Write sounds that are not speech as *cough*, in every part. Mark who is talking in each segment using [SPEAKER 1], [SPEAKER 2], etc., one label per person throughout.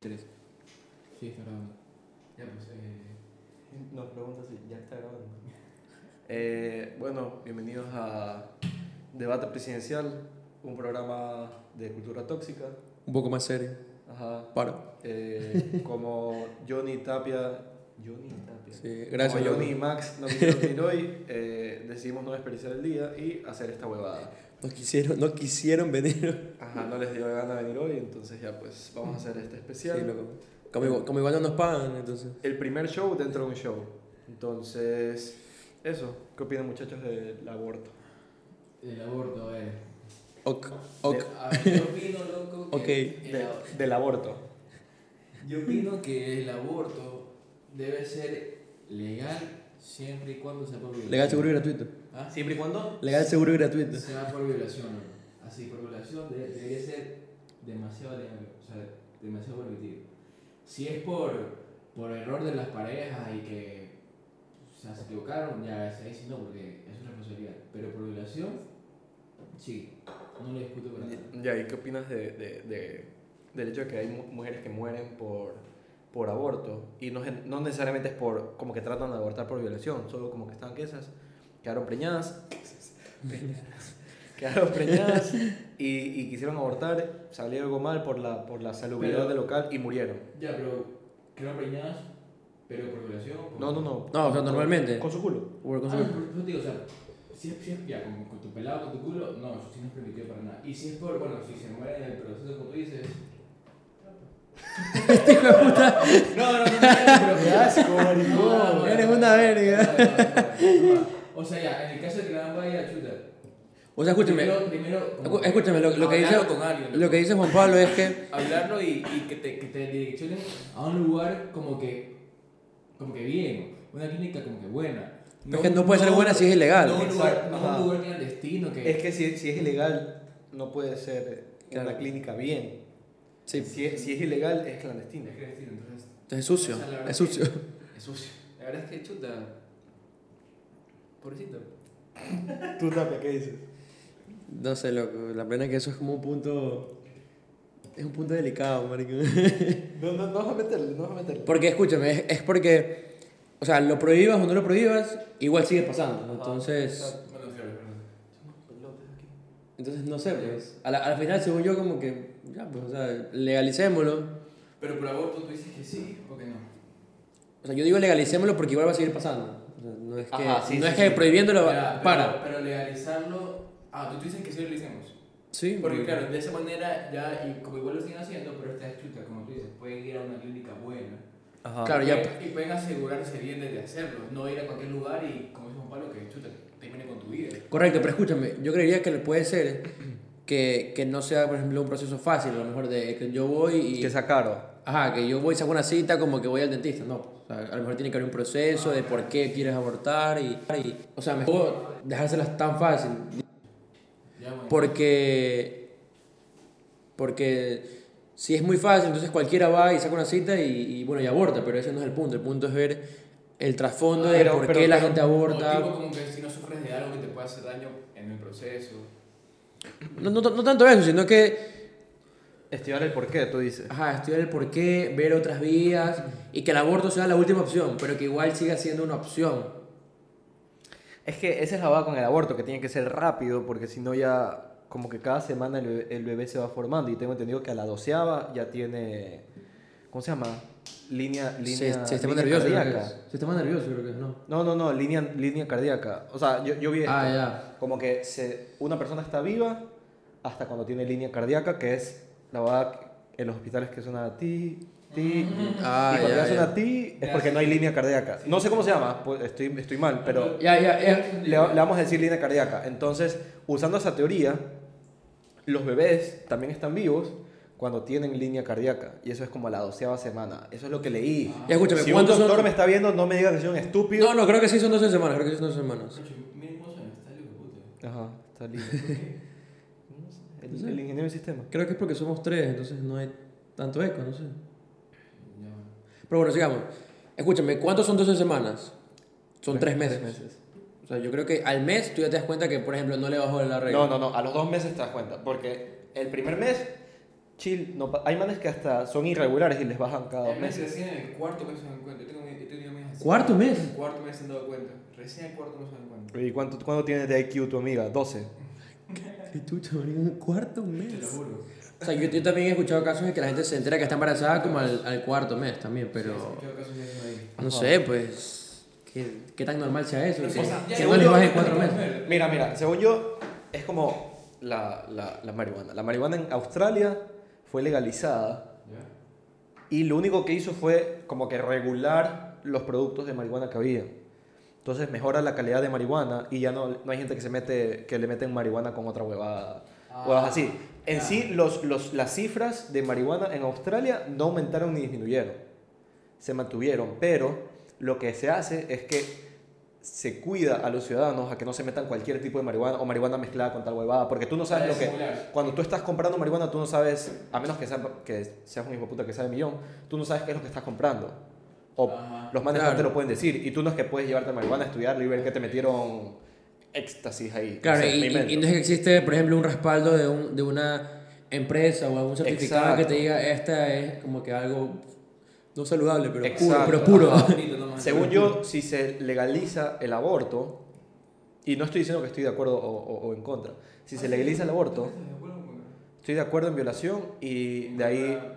[SPEAKER 1] pues, eh,
[SPEAKER 2] Eh, bueno, bienvenidos a Debate Presidencial, un programa de cultura tóxica.
[SPEAKER 3] Un poco más serio.
[SPEAKER 2] Ajá.
[SPEAKER 3] Para.
[SPEAKER 1] *laughs*
[SPEAKER 2] Eh, como Johnny Tapia. Johnny Tapia.
[SPEAKER 3] Sí, gracias,
[SPEAKER 2] Como
[SPEAKER 3] Johnny.
[SPEAKER 2] Johnny y Max no quisieron venir hoy, eh, decidimos no desperdiciar el día y hacer esta huevada.
[SPEAKER 3] No quisieron, no quisieron venir. *laughs*
[SPEAKER 2] Ajá, no les dio gana venir hoy, entonces ya pues vamos a hacer este
[SPEAKER 3] Sí,
[SPEAKER 2] especial.
[SPEAKER 3] loco. Como, igual- como igual no nos pagan, entonces.
[SPEAKER 2] el primer show dentro de un show. Entonces, eso. ¿Qué opinan muchachos del aborto?
[SPEAKER 1] El aborto, a ver.
[SPEAKER 3] Ok, ok.
[SPEAKER 1] A ver, yo opino, loco. Que
[SPEAKER 3] Ok.
[SPEAKER 1] el
[SPEAKER 2] De-
[SPEAKER 1] ab-
[SPEAKER 2] del aborto.
[SPEAKER 1] yo opino que el aborto debe ser legal siempre y cuando sea por violación.
[SPEAKER 3] Legal seguro y gratuito.
[SPEAKER 1] ¿Ah?
[SPEAKER 2] ¿Siempre y cuando?
[SPEAKER 3] Legal seguro y gratuito.
[SPEAKER 1] Sea por violación, ¿no? Así, por violación debe, debería ser demasiado legal, o sea, demasiado permitido. Si es por, por error de las parejas y que o sea, se equivocaron, ya ahí sí no, porque es una responsabilidad. Pero por violación, sí, no lo discuto con nadie.
[SPEAKER 2] Ya, ¿y qué opinas de, de- de- del hecho de que hay mu- mujeres que mueren por, por aborto? Y no, gen- no necesariamente es por, como que tratan de abortar por violación, solo como que estaban que esas, quedaron preñadas, *laughs* preñadas, quedaron preñadas y, y quisieron abortar, salió algo mal por la, por la salubridad
[SPEAKER 1] Pero-
[SPEAKER 2] del local y murieron.
[SPEAKER 1] Ya, pero quedaron preñadas, pero por violación. por-
[SPEAKER 2] No, no, no.
[SPEAKER 3] No, o sea, normalmente.
[SPEAKER 2] Con su culo.
[SPEAKER 3] Por-
[SPEAKER 1] Ah,
[SPEAKER 3] con-
[SPEAKER 1] no, por- por- digo, o sea, si es, si es ya, con, con tu pelado, con tu culo, no, eso sí no es permitido para nada. Y si es por, bueno, si se muere en el proceso, como tú
[SPEAKER 3] *laughs*
[SPEAKER 1] dices.
[SPEAKER 3] Este
[SPEAKER 1] No, no, no, no, pero
[SPEAKER 2] ¡Qué asco, maricón!
[SPEAKER 3] Eres una verga.
[SPEAKER 1] No, no, no, no. O sea, ya, en el caso de que la mamá vaya a chuta.
[SPEAKER 3] O sea, escúchame.
[SPEAKER 1] Primero, primero como
[SPEAKER 3] Escú- Escúchame, lo, lo que dice,
[SPEAKER 1] hablarlo con alguien,
[SPEAKER 3] lo que dice Juan Pablo es que.
[SPEAKER 1] hablarlo y, y que, te, que te direccionen a un lugar como que, como que bien, una clínica como que buena.
[SPEAKER 3] Es que no puede ser buena si es ilegal.
[SPEAKER 1] No, un lugar,
[SPEAKER 2] Exacto,
[SPEAKER 1] no un
[SPEAKER 2] ajá.
[SPEAKER 1] lugar clandestino que...
[SPEAKER 2] Es que si, si es ilegal, no puede ser una
[SPEAKER 3] Claro.
[SPEAKER 2] clínica bien.
[SPEAKER 3] Sí,
[SPEAKER 2] Si es, si es ilegal, es clandestina.
[SPEAKER 1] Es clandestino, entonces
[SPEAKER 3] es sucio.
[SPEAKER 1] O sea, la verdad
[SPEAKER 3] Es sucio. *laughs*
[SPEAKER 1] es sucio. La verdad es que chuta... Pobrecito.
[SPEAKER 2] ¿Tú, Tapia, qué dices?
[SPEAKER 3] No sé, loco. La pena que eso es como un punto. Es un punto delicado, marico.
[SPEAKER 2] No, no, no vas a meterle, no vas a meterle.
[SPEAKER 3] Porque escúchame, es, es porque, o sea, lo prohíbas o no lo prohíbas, igual sigue pasando. ¿no? Entonces,
[SPEAKER 1] Bueno, claro, perdón.
[SPEAKER 3] entonces no sé, pues. A la, al final, según yo, como que, ya, pues, o sea, legalicémoslo.
[SPEAKER 1] Pero por aborto tú dices que sí o que no.
[SPEAKER 3] O sea, yo digo legalicémoslo porque igual va a seguir pasando. O sea, no es que,
[SPEAKER 2] Ajá, sí,
[SPEAKER 3] no
[SPEAKER 2] sí,
[SPEAKER 3] es que
[SPEAKER 2] sí.
[SPEAKER 3] prohibiéndolo va-
[SPEAKER 1] Ya, pero-
[SPEAKER 3] para.
[SPEAKER 1] Pero legalizarlo... Ah, tú dices que sí lo hicimos.
[SPEAKER 3] Sí,
[SPEAKER 1] Porque claro, de esa manera ya, y como igual lo siguen haciendo, pero esta es chuta, como tú dices, pueden ir a una clínica buena.
[SPEAKER 2] Ajá.
[SPEAKER 3] Claro,
[SPEAKER 1] y,
[SPEAKER 3] Ah, ya.
[SPEAKER 1] pueden- y pueden asegurarse bien de hacerlo, no ir a cualquier lugar y, como dice Juan Pablo, que chuta, termine con tu vida.
[SPEAKER 3] Correcto, pero escúchame, yo creería que puede ser que, que no sea, por ejemplo, un proceso fácil, a lo mejor de que yo voy y.
[SPEAKER 2] Que sacaron.
[SPEAKER 3] Ajá, que yo voy, saco una cita como que voy al dentista, no. O sea, a lo mejor tiene que haber un proceso de por qué quieres abortar y... y- o sea, mejor dejárselas tan fácil.
[SPEAKER 1] Ya, bueno.
[SPEAKER 3] Porque... Porque si es muy fácil, entonces cualquiera va y saca una cita y, y, bueno, y aborta, pero ese no es el punto. El punto es ver el trasfondo de
[SPEAKER 2] Pero-
[SPEAKER 3] por
[SPEAKER 2] pero-
[SPEAKER 3] qué la
[SPEAKER 2] pero-
[SPEAKER 3] gente
[SPEAKER 1] O
[SPEAKER 3] aborta.
[SPEAKER 1] tipo como que si no sufres de algo que te pueda hacer daño en el proceso.
[SPEAKER 3] No, no, no tanto eso, sino que...
[SPEAKER 2] Estudiar el porqué, tú dices.
[SPEAKER 3] Ajá, estudiar el por qué, ver otras vías y que el aborto sea la última opción, pero que igual siga siendo una opción.
[SPEAKER 2] Es que esa es la baba con el aborto, que tiene que ser rápido, porque si no ya como que cada semana el bebé, el bebé se va formando. Y tengo entendido que a la doceava ya tiene, ¿cómo se llama? Línea, línea,
[SPEAKER 3] Se- sistema
[SPEAKER 2] línea
[SPEAKER 3] nervioso, creo que
[SPEAKER 2] cardíaca.
[SPEAKER 3] es. Sistema nervioso, creo que es, ¿no?
[SPEAKER 2] No, no, no, línea, línea cardíaca. O sea, yo, yo vi esto.
[SPEAKER 3] Ah, ya.
[SPEAKER 2] Como que se, una persona está viva hasta cuando tiene línea cardíaca, que es la baba en los hospitales que suena a ti, ti, ti.
[SPEAKER 3] Ah,
[SPEAKER 2] y cuando
[SPEAKER 3] ya,
[SPEAKER 2] ya suena
[SPEAKER 3] ya.
[SPEAKER 2] a ti es porque no hay línea cardíaca. No sé cómo se llama, pues estoy, estoy mal, pero
[SPEAKER 3] Ya, ya, ya.
[SPEAKER 2] le, le vamos a decir línea cardíaca. Entonces, usando esa teoría, los bebés también están vivos cuando tienen línea cardíaca. Y eso es como a la doceava semana. Eso es lo que leí.
[SPEAKER 3] Ya, Ah. escúchame,
[SPEAKER 2] si un
[SPEAKER 3] ¿cuántos son-
[SPEAKER 2] doctor me está viendo, no me diga que soy un estúpido.
[SPEAKER 3] No, no, creo que sí son 12 semanas, creo que sí son 12 semanas.
[SPEAKER 1] Oye, miren cómo suena, está loco, puta.
[SPEAKER 2] Ajá, está *laughs* lindo.
[SPEAKER 1] ¿Por qué?
[SPEAKER 2] El, el ingeniero del sistema.
[SPEAKER 3] Creo que es porque somos tres, entonces no hay tanto eco, no sé.
[SPEAKER 1] Ya, bueno.
[SPEAKER 3] Pero bueno, sigamos. Escúchame, ¿cuántos son 12 semanas? Son 3 meses. O sea, yo creo que al mes tú ya te das cuenta que, por ejemplo, no le bajó la regla.
[SPEAKER 2] No, no, no. A los dos meses te das cuenta. Porque el primer mes, chill. No, pues. pa- hay manes que hasta son irregulares y les bajan cada dos
[SPEAKER 1] A mí
[SPEAKER 2] meses.
[SPEAKER 1] recién en el cuarto mes se dan cuenta. Yo tengo, mi- yo tenía amigas
[SPEAKER 3] ¿Cuarto mes?
[SPEAKER 1] En cuarto mes se han dado cuenta. Recién en cuarto mes se han dado cuenta.
[SPEAKER 2] ¿Y cuánto, cuánto tienes de IQ tu amiga? 12.
[SPEAKER 3] ¿Qué chucha, marico? ¿Cuarto
[SPEAKER 4] Te lo
[SPEAKER 3] mes?
[SPEAKER 4] juro.
[SPEAKER 3] O sea, yo, yo también he escuchado casos en que la gente se entera que está embarazada como al, al cuarto mes también, pero...
[SPEAKER 4] ¿Qué casos de eso ahí?
[SPEAKER 3] No sé, pues... ¿Qué, qué tan normal sea eso?
[SPEAKER 1] Pero,
[SPEAKER 3] Que,
[SPEAKER 1] o sea, ya
[SPEAKER 3] que
[SPEAKER 1] yo
[SPEAKER 3] no les
[SPEAKER 1] creo
[SPEAKER 3] baje
[SPEAKER 1] que
[SPEAKER 3] cuatro
[SPEAKER 1] no
[SPEAKER 3] meses.
[SPEAKER 1] puedes ver.
[SPEAKER 2] Mira, mira, según yo, es como la, la, la marihuana. La marihuana en Australia fue legalizada
[SPEAKER 4] ¿Ya?
[SPEAKER 2] y lo único que hizo fue como que regular los productos de marihuana que había. Entonces mejora la calidad de marihuana y ya no, no hay gente que se mete que le meten marihuana con otra huevada.
[SPEAKER 4] Ah,
[SPEAKER 2] huevadas así. En
[SPEAKER 4] ya.
[SPEAKER 2] sí, los, los, las cifras de marihuana en Australia no aumentaron ni disminuyeron. Se mantuvieron, pero lo que se hace es que se cuida a los ciudadanos a que no se metan cualquier tipo de marihuana o marihuana mezclada con tal huevada, porque tú no sabes
[SPEAKER 4] Para
[SPEAKER 2] lo que
[SPEAKER 4] disimular.
[SPEAKER 2] cuando tú estás comprando marihuana tú no sabes, a menos que, sea- que seas un hijo de puta que sabe millón, tú no sabes qué es lo que estás comprando. O
[SPEAKER 4] Ajá.
[SPEAKER 2] los manes no
[SPEAKER 3] Ah, Claro.
[SPEAKER 2] te lo pueden decir y tú no es que puedes llevarte marihuana a estudiar y ver que te metieron éxtasis ahí.
[SPEAKER 3] Claro,
[SPEAKER 2] O sea,
[SPEAKER 3] y,
[SPEAKER 2] me
[SPEAKER 3] y- y
[SPEAKER 2] invento.
[SPEAKER 3] no es que existe, por ejemplo, un respaldo de, un, de una empresa o algún certificado que te
[SPEAKER 2] Exacto.
[SPEAKER 3] diga, esta es como que algo no saludable, pero
[SPEAKER 2] Exacto,
[SPEAKER 3] puro. Pero
[SPEAKER 2] ajá.
[SPEAKER 3] puro.
[SPEAKER 1] Ah, Bonito, toma.
[SPEAKER 2] Según yo, si se legaliza el aborto, y no estoy diciendo que estoy de acuerdo o, o- o en contra, si
[SPEAKER 3] Ah,
[SPEAKER 2] se legaliza el aborto,
[SPEAKER 1] ¿Estás de acuerdo con eso?
[SPEAKER 2] estoy de acuerdo en violación y de ahí
[SPEAKER 4] Normal.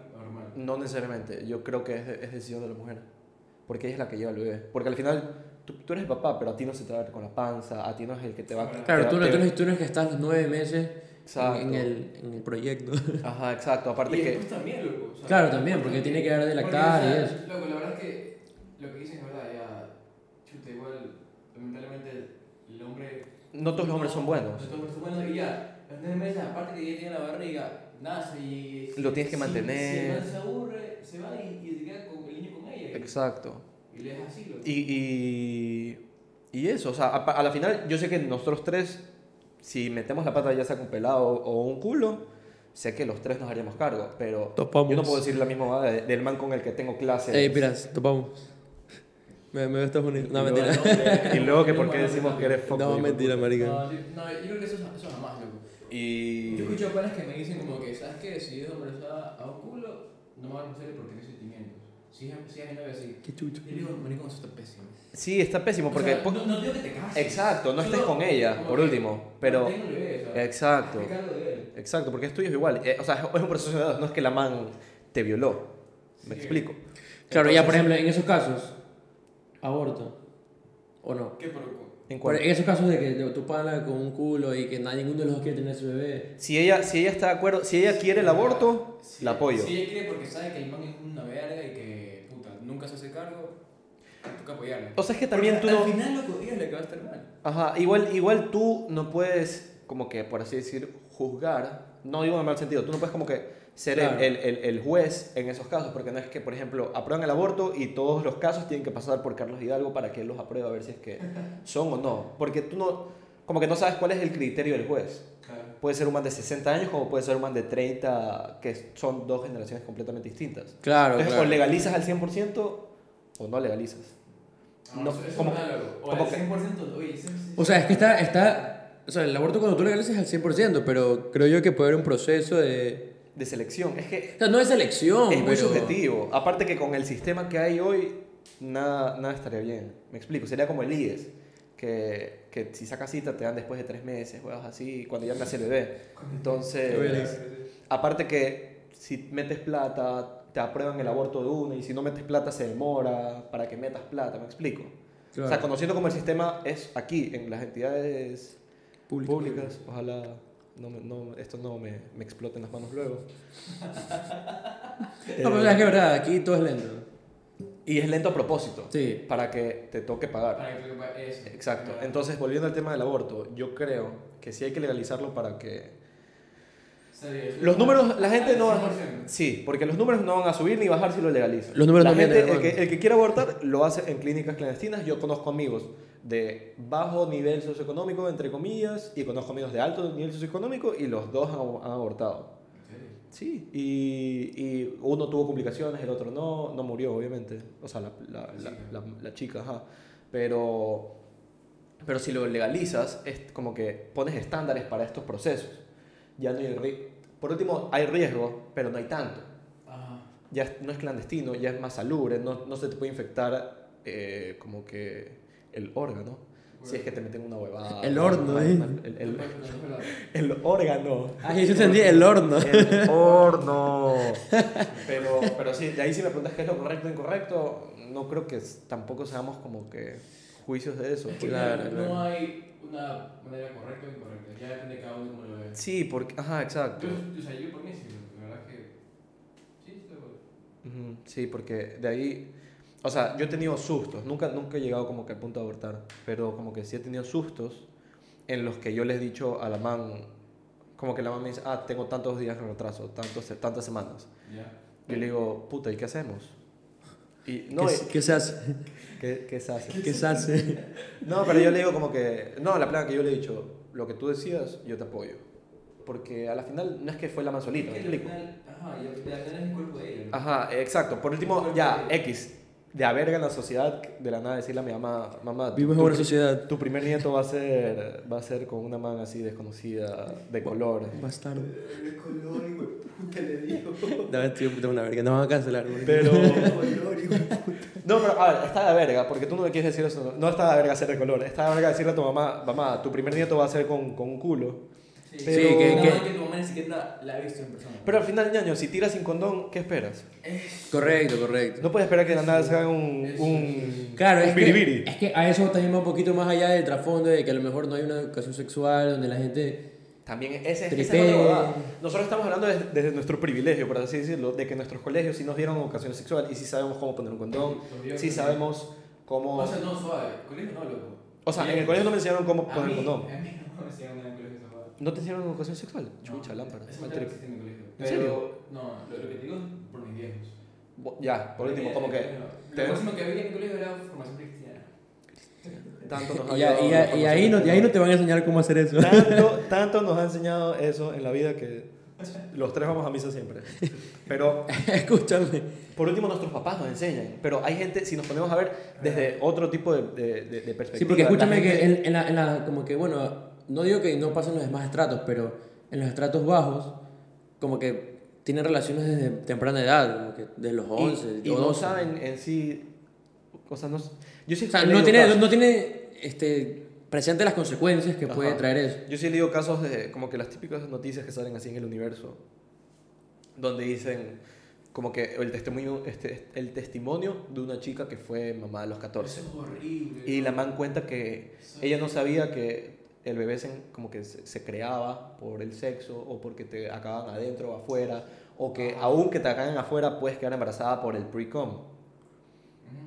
[SPEAKER 2] No necesariamente, yo creo que es, es decisión de la mujer, porque ella es la que lleva al bebé. Porque al final, tú, tú eres el papá, pero a ti no se te va a ver con la panza, a ti no es el que te va a...
[SPEAKER 3] *laughs* Claro, tú no, tú,
[SPEAKER 2] eres...
[SPEAKER 3] no, tú no es que estás los nueve meses en,
[SPEAKER 2] Exacto.
[SPEAKER 3] en el, en el proyecto. *laughs*
[SPEAKER 2] Ajá, exacto, aparte
[SPEAKER 1] Y
[SPEAKER 2] que...
[SPEAKER 1] después también, loco. o sea,
[SPEAKER 3] Claro, también, porque tiene que dar de lactar
[SPEAKER 1] Porque, o
[SPEAKER 3] y
[SPEAKER 1] sea, Loco, la verdad es que lo que dicen es verdad, ya. Chuta, igual, lamentablemente, el hombre.
[SPEAKER 2] No todos los hombres son buenos.
[SPEAKER 1] No todos los hombres son buenos y ya. Los nueve meses, aparte que ya tiene la barriga, nace y.
[SPEAKER 2] Lo tienes que
[SPEAKER 1] si- Si el
[SPEAKER 2] mantener.
[SPEAKER 1] man se aburre, se va y, y se queda con el niño con ella. y-
[SPEAKER 2] Exacto.
[SPEAKER 1] Y le es así, loco.
[SPEAKER 2] Y, y, y eso, o sea, a, a la final yo sé que nosotros tres, si metemos la pata ya sea con pelado o un culo, sé que los tres nos haríamos cargo, pero
[SPEAKER 3] Topamos.
[SPEAKER 2] yo no puedo decir la misma bobada de- del man con el que tengo clase.
[SPEAKER 3] es. Ey, miras, topamos. *laughs* Me, me veo Estados Unidos. No, mentira.
[SPEAKER 2] *laughs* Y luego que por qué decimos que eres fuck
[SPEAKER 3] No,
[SPEAKER 2] boy,
[SPEAKER 3] mentira, marica.
[SPEAKER 1] No, yo, no, yo creo que eso, eso jamás, loco.
[SPEAKER 2] Y...
[SPEAKER 1] Yo escucho panas que me dicen como que, ¿sabes qué? Si yo embarazada a un culo, no me van a hacer porque no hay sentimientos. Si es, si es mi novia así.
[SPEAKER 3] Qué chucho.
[SPEAKER 1] Yo le digo, maricón, eso está pésimo.
[SPEAKER 2] Sí, está pésimo porque...
[SPEAKER 1] O sea,
[SPEAKER 2] po-
[SPEAKER 1] no, no digo que te cases.
[SPEAKER 2] Exacto, no estés
[SPEAKER 1] Solo
[SPEAKER 2] con ella,
[SPEAKER 1] como
[SPEAKER 2] por
[SPEAKER 1] que
[SPEAKER 2] último. Pero...
[SPEAKER 1] manténlo al bebé, o sea,
[SPEAKER 2] Exacto.
[SPEAKER 1] hazte cargo de él.
[SPEAKER 2] Exacto, porque es tuyo es igual. Eh, o sea, es un proceso de dados, no es que la man te violó. Me
[SPEAKER 1] Sí.
[SPEAKER 2] explico.
[SPEAKER 3] Claro, ya, por
[SPEAKER 2] Entonces,
[SPEAKER 3] ejemplo, en esos casos, aborto. ¿O no?
[SPEAKER 1] ¿Qué pero
[SPEAKER 2] ¿en cuál?
[SPEAKER 3] Pero En esos casos de que tú pagas con un culo y que nadie, ninguno de los dos quiere tener su bebé.
[SPEAKER 2] Si ella, si ella está de acuerdo, si ella quiere el aborto,
[SPEAKER 1] si-
[SPEAKER 2] la apoyo.
[SPEAKER 1] Si ella quiere porque sabe que el man es una verga y que, puta, nunca se hace cargo, toca apoyarlo.
[SPEAKER 2] O sea, es que también
[SPEAKER 1] Porque
[SPEAKER 2] tú no...
[SPEAKER 1] Al final, loco, ella es la que va a estar mal.
[SPEAKER 2] Ajá, igual, igual tú no puedes, como que, por así decir, juzgar, no digo en el mal sentido, tú no puedes como que ser el-
[SPEAKER 3] Claro.
[SPEAKER 2] el, el- el juez en esos casos, porque no es que, por ejemplo, aprueban el aborto y todos los casos tienen que pasar por Carlos Hidalgo para que él los apruebe a ver si
[SPEAKER 3] *laughs*
[SPEAKER 2] es que son o no, porque tú no, como que no sabes cuál es el criterio del juez.
[SPEAKER 1] Claro.
[SPEAKER 2] Puede ser un man de 60 años como puede ser un man de 30, que son dos generaciones completamente distintas.
[SPEAKER 3] Claro,
[SPEAKER 2] Entonces, o
[SPEAKER 3] claro.
[SPEAKER 2] legalizas al 100% o no legalizas.
[SPEAKER 3] Ah,
[SPEAKER 2] No,
[SPEAKER 1] eso, eso
[SPEAKER 2] como-
[SPEAKER 1] es malo, loco. O
[SPEAKER 2] como
[SPEAKER 1] al
[SPEAKER 2] que-
[SPEAKER 1] 100%, oye, ese- ese-
[SPEAKER 3] O sea, es que está, está... O sea, el aborto cuando tú legalizas es al 100%, pero creo yo que puede haber un proceso de...
[SPEAKER 2] De selección, es que
[SPEAKER 3] O sea, no es elección,
[SPEAKER 2] es muy
[SPEAKER 3] pero...
[SPEAKER 2] subjetivo. Aparte que con el sistema que hay hoy, nada, nada estaría bien. Me explico, sería como el IES, que, que si sacas cita te dan después de tres meses, juegas así, cuando ya nace el
[SPEAKER 3] Qué
[SPEAKER 2] bebé.
[SPEAKER 3] verga.
[SPEAKER 2] Entonces, aparte que si metes plata, te aprueban el aborto de una, y si no metes plata se demora para que metas plata, me explico. O sea,
[SPEAKER 3] Claro.
[SPEAKER 2] conociendo como el sistema es aquí, en las entidades
[SPEAKER 3] Público.
[SPEAKER 2] públicas, ojalá no me- no- esto no me, me explote en las manos luego.
[SPEAKER 3] No, pero es que es verdad, aquí todo es lento.
[SPEAKER 2] Y es lento a propósito.
[SPEAKER 3] Sí.
[SPEAKER 2] para que te toque pagar.
[SPEAKER 1] Para que lo que- eso.
[SPEAKER 2] Exacto.
[SPEAKER 1] Para-
[SPEAKER 2] Entonces, volviendo al tema del aborto, yo creo que sí hay que legalizarlo para que...
[SPEAKER 1] Está bien.
[SPEAKER 2] Los números,
[SPEAKER 1] Ah,
[SPEAKER 2] la gente no...
[SPEAKER 1] Al 100%.
[SPEAKER 2] va- Sí, porque los números no van a subir ni bajar si lo legalizan.
[SPEAKER 3] Los números
[SPEAKER 2] La
[SPEAKER 3] no
[SPEAKER 2] gente,
[SPEAKER 3] mienten,
[SPEAKER 2] el, que,
[SPEAKER 3] hermano.
[SPEAKER 2] el que quiere abortar lo hace en clínicas clandestinas. Yo conozco amigos de bajo nivel socioeconómico, entre comillas, y conozco amigos de alto nivel socioeconómico y los dos han, han abortado.
[SPEAKER 1] ¿En serio?
[SPEAKER 2] Sí, y, y uno tuvo complicaciones, el otro no, no murió, obviamente. O sea, la, la, la,
[SPEAKER 1] chica.
[SPEAKER 2] la, la chica, ajá. Pero, pero si lo legalizas, es como que pones estándares para estos procesos. Ya no hay ri- Por último, hay riesgo, pero no hay tanto.
[SPEAKER 1] Ajá.
[SPEAKER 2] Ya es- no es clandestino, ya es más salubre, no, no se te puede infectar eh, como que el órgano. Si es que te meten una huevada.
[SPEAKER 3] El horno,
[SPEAKER 2] Mal,
[SPEAKER 3] ¿eh?
[SPEAKER 2] mal, el- el-
[SPEAKER 1] No,
[SPEAKER 2] el órgano.
[SPEAKER 3] Ah, yo entendí el *laughs* horno.
[SPEAKER 2] *laughs* El horno. Pero, pero sí, de ahí si me preguntas qué es lo correcto o incorrecto, no creo que s- tampoco seamos como que juicios de eso.
[SPEAKER 1] es que
[SPEAKER 3] Claro,
[SPEAKER 1] no,
[SPEAKER 3] claro.
[SPEAKER 1] hay una manera correcta o incorrecta. Ya depende de cada uno cómo lo ve.
[SPEAKER 2] Sí, porque... Ajá, exacto.
[SPEAKER 1] Yo, o sea, yo por mí sí, la verdad es que. Sí, estoy de acuerdo.
[SPEAKER 2] Ujú, Sí, porque de ahí... O sea, yo he tenido sustos. Nunca, nunca he llegado como que al punto de abortar. Pero como que sí he tenido sustos en los que yo les he dicho a la man... Como que la man me dice, ah, tengo tantos días de retraso, tantos, tantas semanas.
[SPEAKER 1] Ya.
[SPEAKER 2] Yo le digo, puta, ¿y qué hacemos? Y no,
[SPEAKER 3] ¿Qué, qué se hace?
[SPEAKER 2] y- ¿qué, qué se hace?
[SPEAKER 3] ¿Qué se hace?
[SPEAKER 2] No, pero yo le digo como que... No, la plana que yo le he dicho, lo que tú decidas, yo te apoyo. Porque a la final no es que fue la man solita, ¿me
[SPEAKER 1] Es que al
[SPEAKER 2] explico? Ah.
[SPEAKER 1] final, ajá, y al final es el cuerpo de ella. ¿no?
[SPEAKER 2] Ajá, exacto. Por último, ya, X. De a verga en la sociedad, de la nada decirle a mi mamá, mamá, tu,
[SPEAKER 3] Vivimos en una sociedad.
[SPEAKER 2] tu primer nieto va a ser va a ser con una man así desconocida, de color.
[SPEAKER 3] Bastardo.
[SPEAKER 4] El color, hijo de puta, le digo.
[SPEAKER 3] No, estoy puta una verga. Nos van a cancelar, güey.
[SPEAKER 2] Pero...
[SPEAKER 4] El color, hijo de puta.
[SPEAKER 2] *laughs* No, pero a ver, está de verga, porque tú no le quieres decir eso. No está de verga ser de color, está de verga decirle a tu mamá, mamá, tu primer nieto va a ser con, con un culo.
[SPEAKER 1] Sí,
[SPEAKER 2] Pero-
[SPEAKER 1] Sí, que,
[SPEAKER 3] que-
[SPEAKER 1] que tu mamá ni siquiera la ha visto en persona.
[SPEAKER 2] Pero al final, ñaño, si tiras sin condón, ¿qué esperas?
[SPEAKER 3] Correcto, correcto.
[SPEAKER 2] No puedes esperar que de la nada se haga un... un...
[SPEAKER 3] Claro,
[SPEAKER 2] Un
[SPEAKER 3] es
[SPEAKER 2] biribiri.
[SPEAKER 3] que, es que a eso también va un poquito más allá del trasfondo de que a lo mejor no hay una educación sexual donde la gente...
[SPEAKER 2] También ese, ese es
[SPEAKER 3] Tripé.
[SPEAKER 2] otra huevada. Nosotros estamos hablando des- desde nuestro privilegio, por así decirlo, de que nuestros colegios sí nos dieron educación sexual y sí sabemos cómo poner un condón,
[SPEAKER 1] Obvio
[SPEAKER 2] sí
[SPEAKER 1] que-
[SPEAKER 2] sabemos cómo...
[SPEAKER 1] O sea, no, suave. Colegio no, loco.
[SPEAKER 2] O sea, en el colegio no me enseñaron cómo poner un condón.
[SPEAKER 1] A mí no me enseñaron nada en el colegio esa huevada.
[SPEAKER 2] ¿No te enseñaron educación sexual? Chucha,
[SPEAKER 1] No,
[SPEAKER 2] lámpara.
[SPEAKER 1] Esa materia
[SPEAKER 2] mal
[SPEAKER 1] no
[SPEAKER 2] trip.
[SPEAKER 1] existe en mi colegio.
[SPEAKER 2] ¿En serio?
[SPEAKER 1] Pero, no, lo, lo que te digo es por mis viejos.
[SPEAKER 2] Bu- Ya, por último,
[SPEAKER 1] Eh,
[SPEAKER 2] como que...
[SPEAKER 1] bueno,
[SPEAKER 2] te-
[SPEAKER 1] Lo máximo que había en mi colegio era formación cristiana.
[SPEAKER 2] Tanto nos ha
[SPEAKER 3] Y, a-
[SPEAKER 2] ayudado
[SPEAKER 3] y
[SPEAKER 2] la
[SPEAKER 3] a- y ahí
[SPEAKER 2] formación
[SPEAKER 3] no, y ahí no te van a enseñar cómo hacer eso.
[SPEAKER 2] tanto, tanto nos ha enseñado eso en la vida que los tres vamos a misa siempre. Pero
[SPEAKER 3] *laughs* Escúchame.
[SPEAKER 2] por último nuestros papás nos enseñan. Pero hay gente, si nos ponemos a ver desde otro tipo de, de- de- de perspectiva.
[SPEAKER 3] Sí, porque
[SPEAKER 2] la
[SPEAKER 3] escúchame
[SPEAKER 2] gente-
[SPEAKER 3] que en, en la, en la- como que, bueno, no digo que no pasen los demás estratos, pero en los estratos bajos, como que tienen relaciones desde temprana edad, como que de los 11
[SPEAKER 2] y, y
[SPEAKER 3] o
[SPEAKER 2] no
[SPEAKER 3] 12.
[SPEAKER 2] saben en sí. O sea, no. Yo sí
[SPEAKER 3] O sea,
[SPEAKER 2] he
[SPEAKER 3] no
[SPEAKER 2] leído
[SPEAKER 3] tiene,
[SPEAKER 2] casos.
[SPEAKER 3] no tiene este, presente las consecuencias que puede
[SPEAKER 2] Ajá.
[SPEAKER 3] traer eso.
[SPEAKER 2] Yo sí he leído casos de como que las típicas noticias que salen así en el universo, donde dicen como que el testimonio, este, el testimonio de una chica que fue mamá a los 14.
[SPEAKER 1] Eso es horrible.
[SPEAKER 2] Y la man cuenta que ella no sabía que el bebé se, como que se, se creaba por el sexo o porque te acaban adentro o afuera o que aún que te acaban afuera puedes quedar embarazada por el pre-com.
[SPEAKER 1] Ujú.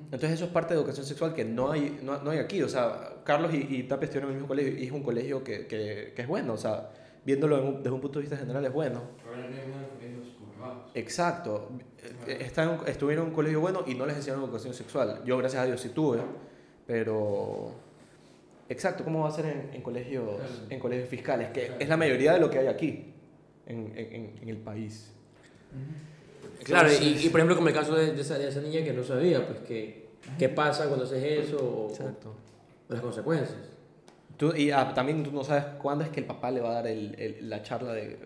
[SPEAKER 2] Entonces eso es parte de educación sexual que no hay, no, no hay aquí. O sea, Carlos y, y Tapia estuvieron en el mismo colegio y es un colegio que, que- que es bueno. O sea, viéndolo en un- desde un punto de vista general es bueno.
[SPEAKER 1] Pero no hay unos colegios como bajos.
[SPEAKER 2] Exacto. Eh, Está en un- estuvieron en un colegio bueno y no les enseñaron educación sexual. Yo, gracias a Dios, sí tuve. Pero. Exacto, ¿cómo va a ser en, en colegios,
[SPEAKER 1] Claro.
[SPEAKER 2] en colegios fiscales? Que
[SPEAKER 1] Claro.
[SPEAKER 2] es la mayoría de lo que hay aquí, en, en- en- en el país.
[SPEAKER 3] Claro, y, y por ejemplo, como el caso de, de esa, de esa niña que no sabía, pues que, qué pasa cuando haces eso o,
[SPEAKER 2] Exacto.
[SPEAKER 3] o las consecuencias.
[SPEAKER 2] Tú, y ah, también tú no sabes cuándo es que el papá le va a dar el- el- la charla de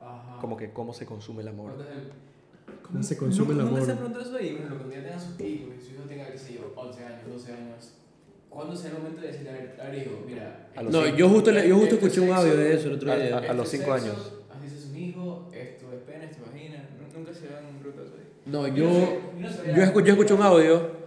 [SPEAKER 1] Ajá.
[SPEAKER 2] como que cómo se consume el amor.
[SPEAKER 1] ¿Cuánto es el-
[SPEAKER 3] ¿Cómo se
[SPEAKER 1] Nunca- Nunca se preguntó eso y bueno, cuando ya tengan sus hijos y su hijo tenga, qué sé yo, 11 años, 12 años, ¿cuándo será el momento de decirle, a ver, a ver, hijo, mira,
[SPEAKER 2] A los
[SPEAKER 3] No,
[SPEAKER 2] cinco. Ah,
[SPEAKER 3] yo justo, le- yo justo
[SPEAKER 1] Este
[SPEAKER 3] escuché un
[SPEAKER 1] sexo-
[SPEAKER 3] audio de eso el otro
[SPEAKER 2] a-
[SPEAKER 3] día.
[SPEAKER 2] a- los cinco años.
[SPEAKER 1] Así es un hijo, esto es pena, esto es vagina, nu- nunca se dan un bruto eso
[SPEAKER 2] ah.
[SPEAKER 1] ahí.
[SPEAKER 3] No,
[SPEAKER 1] Yo
[SPEAKER 3] yo,
[SPEAKER 1] no sé, yo no sabía.
[SPEAKER 3] yo, escu- yo escuché un audio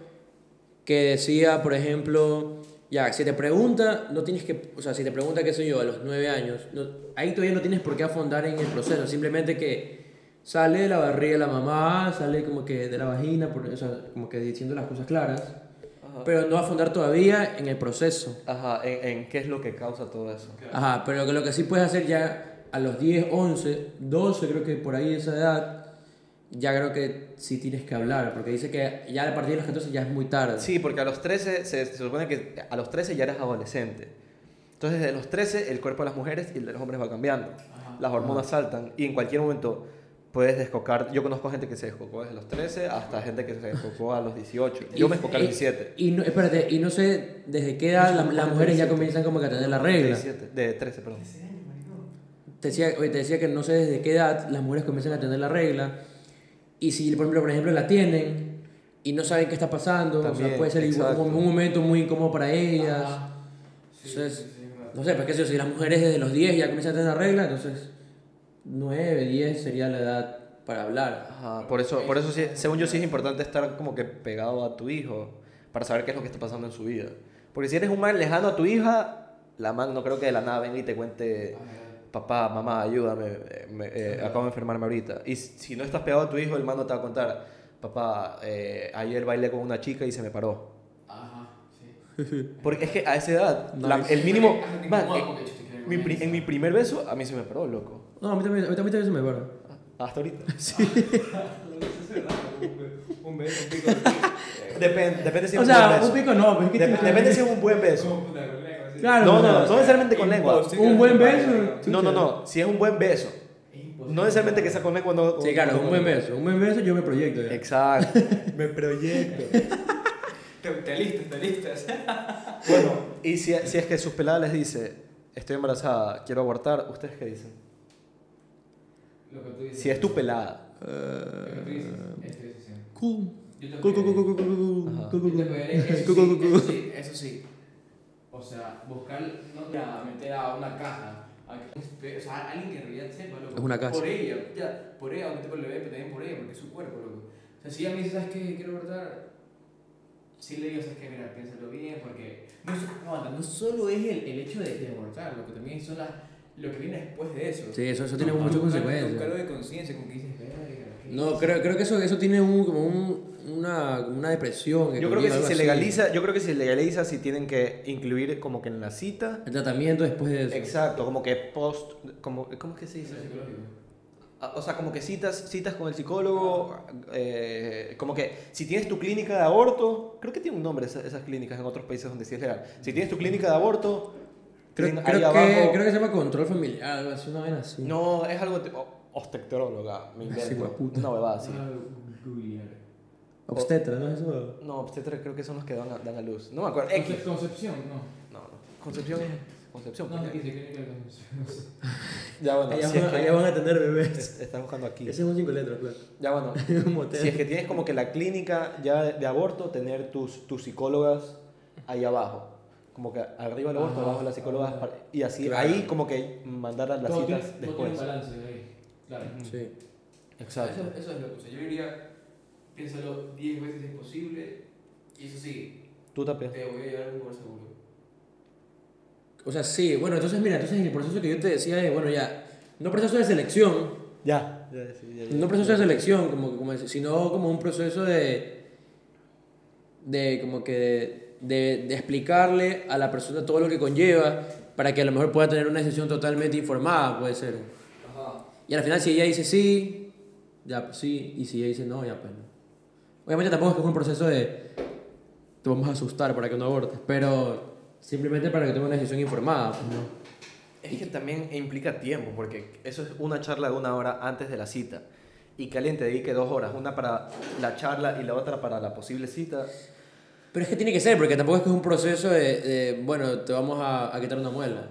[SPEAKER 3] que decía, por ejemplo, ya, si te pregunta, no tienes que, o sea, si te pregunta, qué sé yo, a los nueve años, no- ahí todavía no tienes por qué afondar en el proceso, simplemente que sale de la barriga de la mamá, sale como que de la vagina, por- o sea, como que diciendo las cosas claras,
[SPEAKER 2] Ajá.
[SPEAKER 3] pero no afondar todavía en el proceso.
[SPEAKER 2] Ajá, en, en qué es lo que causa todo eso.
[SPEAKER 3] Ajá, pero que lo que sí puedes hacer ya a los 10, 11, 12, creo que por ahí esa edad, ya creo que sí tienes que hablar, porque dice que ya a partir de los 14 ya es muy tarde.
[SPEAKER 2] Sí, porque a los 13 se, se supone que a los 13 ya eres adolescente. Entonces, desde los 13 el cuerpo de las mujeres y el de los hombres va cambiando.
[SPEAKER 1] Ajá.
[SPEAKER 2] Las
[SPEAKER 3] Ah.
[SPEAKER 2] hormonas saltan y en cualquier momento puedes descocar. Yo conozco gente que se descocó desde los 13 hasta gente que se descocó a los 18. Yo me descocé a los
[SPEAKER 3] Y-
[SPEAKER 2] 17.
[SPEAKER 3] Y no, espérate, y no sé desde qué edad la- las mujeres ya comienzan como que a tener la regla.
[SPEAKER 2] 17, de 13, perdón.
[SPEAKER 3] Te decía, oye, te decía que no sé desde qué edad las mujeres comienzan a tener la regla. Y si, por ejemplo, por ejemplo la tienen, y no saben qué está pasando. o
[SPEAKER 2] También,
[SPEAKER 3] sea, puede ser
[SPEAKER 2] exacto.
[SPEAKER 3] un, un momento muy incómodo para ellas.
[SPEAKER 1] Ajá. Sí,
[SPEAKER 3] Entonces,
[SPEAKER 1] sí, sí, es verdad.
[SPEAKER 3] No sé, pues qué sé yo, si las mujeres desde los 10 ya comienzan a tener la regla, entonces 9, 10 sería la edad para hablar.
[SPEAKER 2] Ajá, por eso, por eso sí, según yo sí es importante estar como que pegado a tu hijo para saber qué es lo que está pasando en su vida. Porque si eres un man lejano a tu hija, la man no creo que de la nada venga y te cuente, papá, mamá, ayúdame, eh, me- eh, acabo de enfermarme ahorita. Y si no estás pegado a tu hijo, el man no te va a contar, papá, eh, ayer bailé con una chica y se me paró.
[SPEAKER 1] Ajá, sí.
[SPEAKER 2] Porque es que a esa edad, la-
[SPEAKER 3] Nice.
[SPEAKER 2] el mínimo...
[SPEAKER 1] Porque, ah, te
[SPEAKER 2] man,
[SPEAKER 1] incomoda
[SPEAKER 2] en-
[SPEAKER 1] porque, chuta, quiero
[SPEAKER 2] mi
[SPEAKER 1] comer
[SPEAKER 2] pri-
[SPEAKER 1] eso.
[SPEAKER 2] en mi primer beso, a mí se me paró, loco.
[SPEAKER 3] No, a mí también, a mí también se me para.
[SPEAKER 2] Hasta ahorita.
[SPEAKER 3] *laughs*
[SPEAKER 1] *laughs* Un beso, un pico de pico.
[SPEAKER 2] Depende, depende si es
[SPEAKER 3] O
[SPEAKER 2] un
[SPEAKER 3] sea,
[SPEAKER 2] buen
[SPEAKER 3] un
[SPEAKER 2] beso.
[SPEAKER 3] pico no, pero es que
[SPEAKER 2] Dep-
[SPEAKER 3] tú-
[SPEAKER 2] depende si es un buen beso.
[SPEAKER 1] Como puta, con lengua, así.
[SPEAKER 3] Claro.
[SPEAKER 2] No, no,
[SPEAKER 3] o
[SPEAKER 2] no,
[SPEAKER 3] sea, eh,
[SPEAKER 2] no necesariamente con lengua.
[SPEAKER 3] un buen beso.
[SPEAKER 2] No, no, no. Si es un buen beso.
[SPEAKER 1] Es imposible.
[SPEAKER 2] No necesariamente que sea con lengua. No,
[SPEAKER 3] Sí, claro, un buen beso. Un buen beso yo me proyecto. *laughs* ya.
[SPEAKER 2] Exacto. Me proyecto.
[SPEAKER 1] Te, te listas, te listas.
[SPEAKER 2] Bueno, y si, si es que sus peladas les dice, estoy embarazada, quiero abortar, ¿ustedes qué dicen?
[SPEAKER 1] *laughs* Lo que tú dices.
[SPEAKER 2] Si es tu pelada.
[SPEAKER 1] Lo que tú
[SPEAKER 3] Eh,
[SPEAKER 1] dices es tu decisión.
[SPEAKER 3] Cool.
[SPEAKER 1] Yo te
[SPEAKER 3] Cool, cool,
[SPEAKER 1] apoyaré.
[SPEAKER 3] cool, cool, cool, cool,
[SPEAKER 2] Ajá.
[SPEAKER 3] cool, cool,
[SPEAKER 1] Yo te
[SPEAKER 3] cool. *laughs*
[SPEAKER 1] apoyaré, eso
[SPEAKER 3] Cu, cu,
[SPEAKER 1] sí,
[SPEAKER 3] cu,
[SPEAKER 1] eso sí, eso sí. O sea, buscar, no te la meter a una caja. a que- O sea, alguien que en realidad sepa, loco.
[SPEAKER 3] Es una casa.
[SPEAKER 1] Por ella, ya, por ella, aunque te por el bebé, pero también por ella, porque es su cuerpo, loco. O sea, si ella me dice, ¿sabes qué? Quiero abortar. Sí le digo, ¿sabes qué? Mira, piénsalo bien, porque no, so- no, aguanta, no solo es el, el hecho de, de abortar, lo que también son las, lo que viene después de eso.
[SPEAKER 3] Sí, eso, eso tiene
[SPEAKER 1] Un-
[SPEAKER 3] muchas
[SPEAKER 1] un cargo- Un cargo
[SPEAKER 3] consecuencias.
[SPEAKER 1] de conciencia, como que dices, "Verga, ¿qué
[SPEAKER 3] No,
[SPEAKER 1] hice?".
[SPEAKER 3] creo, creo que eso, eso tiene un, como un, una, una depresión.
[SPEAKER 2] Yo creo que
[SPEAKER 3] conlleva
[SPEAKER 2] si
[SPEAKER 3] algo
[SPEAKER 2] se
[SPEAKER 3] así.
[SPEAKER 2] legaliza, yo creo que si se legaliza, si tienen que incluir como que en la cita.
[SPEAKER 3] El tratamiento después de eso.
[SPEAKER 2] Exacto, como que post, como, ¿cómo es que se
[SPEAKER 1] Eso
[SPEAKER 2] dice?
[SPEAKER 1] es psicológico.
[SPEAKER 2] Ah, O sea, como que citas, citas con el psicólogo, eh, como que si tienes tu clínica de aborto, creo que tiene un nombre esa- esas, clínicas en otros países donde sí es legal. Si tienes tu clínica de aborto,
[SPEAKER 3] Creo,
[SPEAKER 2] tienen
[SPEAKER 3] creo
[SPEAKER 2] ahí
[SPEAKER 3] que,
[SPEAKER 2] abajo-
[SPEAKER 3] creo que se llama control familiar, algo así, una vez así.
[SPEAKER 2] No, es algo tipo obstetróloga, me
[SPEAKER 3] Sí,
[SPEAKER 2] invento,
[SPEAKER 3] hueputa.
[SPEAKER 2] una huevada así.
[SPEAKER 1] Ah, Googlear.
[SPEAKER 3] Obstetra, ¿no? Eso.
[SPEAKER 2] No, obstetra creo que son los que dan a, dan a luz. No me acuerdo. X.
[SPEAKER 1] Conce- Concepción, no.
[SPEAKER 2] No, no. Concepción es Concepción.
[SPEAKER 1] No,
[SPEAKER 2] pues,
[SPEAKER 1] no
[SPEAKER 2] ya.
[SPEAKER 1] quise que era
[SPEAKER 2] *laughs*
[SPEAKER 1] Concepción.
[SPEAKER 2] Ya bueno,
[SPEAKER 3] Allá,
[SPEAKER 2] si es
[SPEAKER 3] van,
[SPEAKER 2] que-
[SPEAKER 3] allá van a tener bebés.
[SPEAKER 2] es- estás buscando aquí.
[SPEAKER 3] Ese es un cinco letras, claro.
[SPEAKER 1] *laughs*
[SPEAKER 2] Ya bueno,
[SPEAKER 3] un motel.
[SPEAKER 2] Si es que tienes como que la clínica ya de, de aborto, tener tus, tus psicólogas ahí abajo. Como que arriba el aborto,
[SPEAKER 1] Ah,
[SPEAKER 2] abajo las psicólogas.
[SPEAKER 1] ah.
[SPEAKER 2] para- y así,
[SPEAKER 3] Claro.
[SPEAKER 2] ahí como que mandar a las
[SPEAKER 1] Todo tiene-
[SPEAKER 2] citas
[SPEAKER 1] Todo tiene un
[SPEAKER 2] después.
[SPEAKER 1] balance ahí. Claro.
[SPEAKER 3] Sí.
[SPEAKER 2] Exacto.
[SPEAKER 1] Eso, eso es lo que Yo diría, piénsalo 10 veces si es posible. Y eso sí,
[SPEAKER 2] Tú también.
[SPEAKER 1] te voy a llevar a un lugar seguro.
[SPEAKER 3] O sea, sí. Bueno, entonces, mira, entonces en el proceso que yo te decía es, bueno, ya, no proceso de selección,
[SPEAKER 2] Ya. ya, sí, ya, ya.
[SPEAKER 3] no proceso de selección, como, como decir, sino como un proceso de. de, como que. De, de- de explicarle a la persona todo lo que conlleva para que a lo mejor pueda tener una decisión totalmente informada, puede ser.
[SPEAKER 1] Ajá.
[SPEAKER 3] Y al final, si ella dice sí, ya pues sí, y si ella dice no, ya pues no. Obviamente tampoco es que es un proceso de te vamos a asustar para que no abortes, pero simplemente para que tome una decisión informada, pues, ¿no?
[SPEAKER 2] Es que también implica tiempo, porque eso es una charla de una hora antes de la cita. Y que alguien te dedique dos horas, una para la charla y la otra para la posible cita.
[SPEAKER 3] Pero es que tiene que ser, porque tampoco es que es un proceso de, de, bueno, te vamos a, a quitar una muela.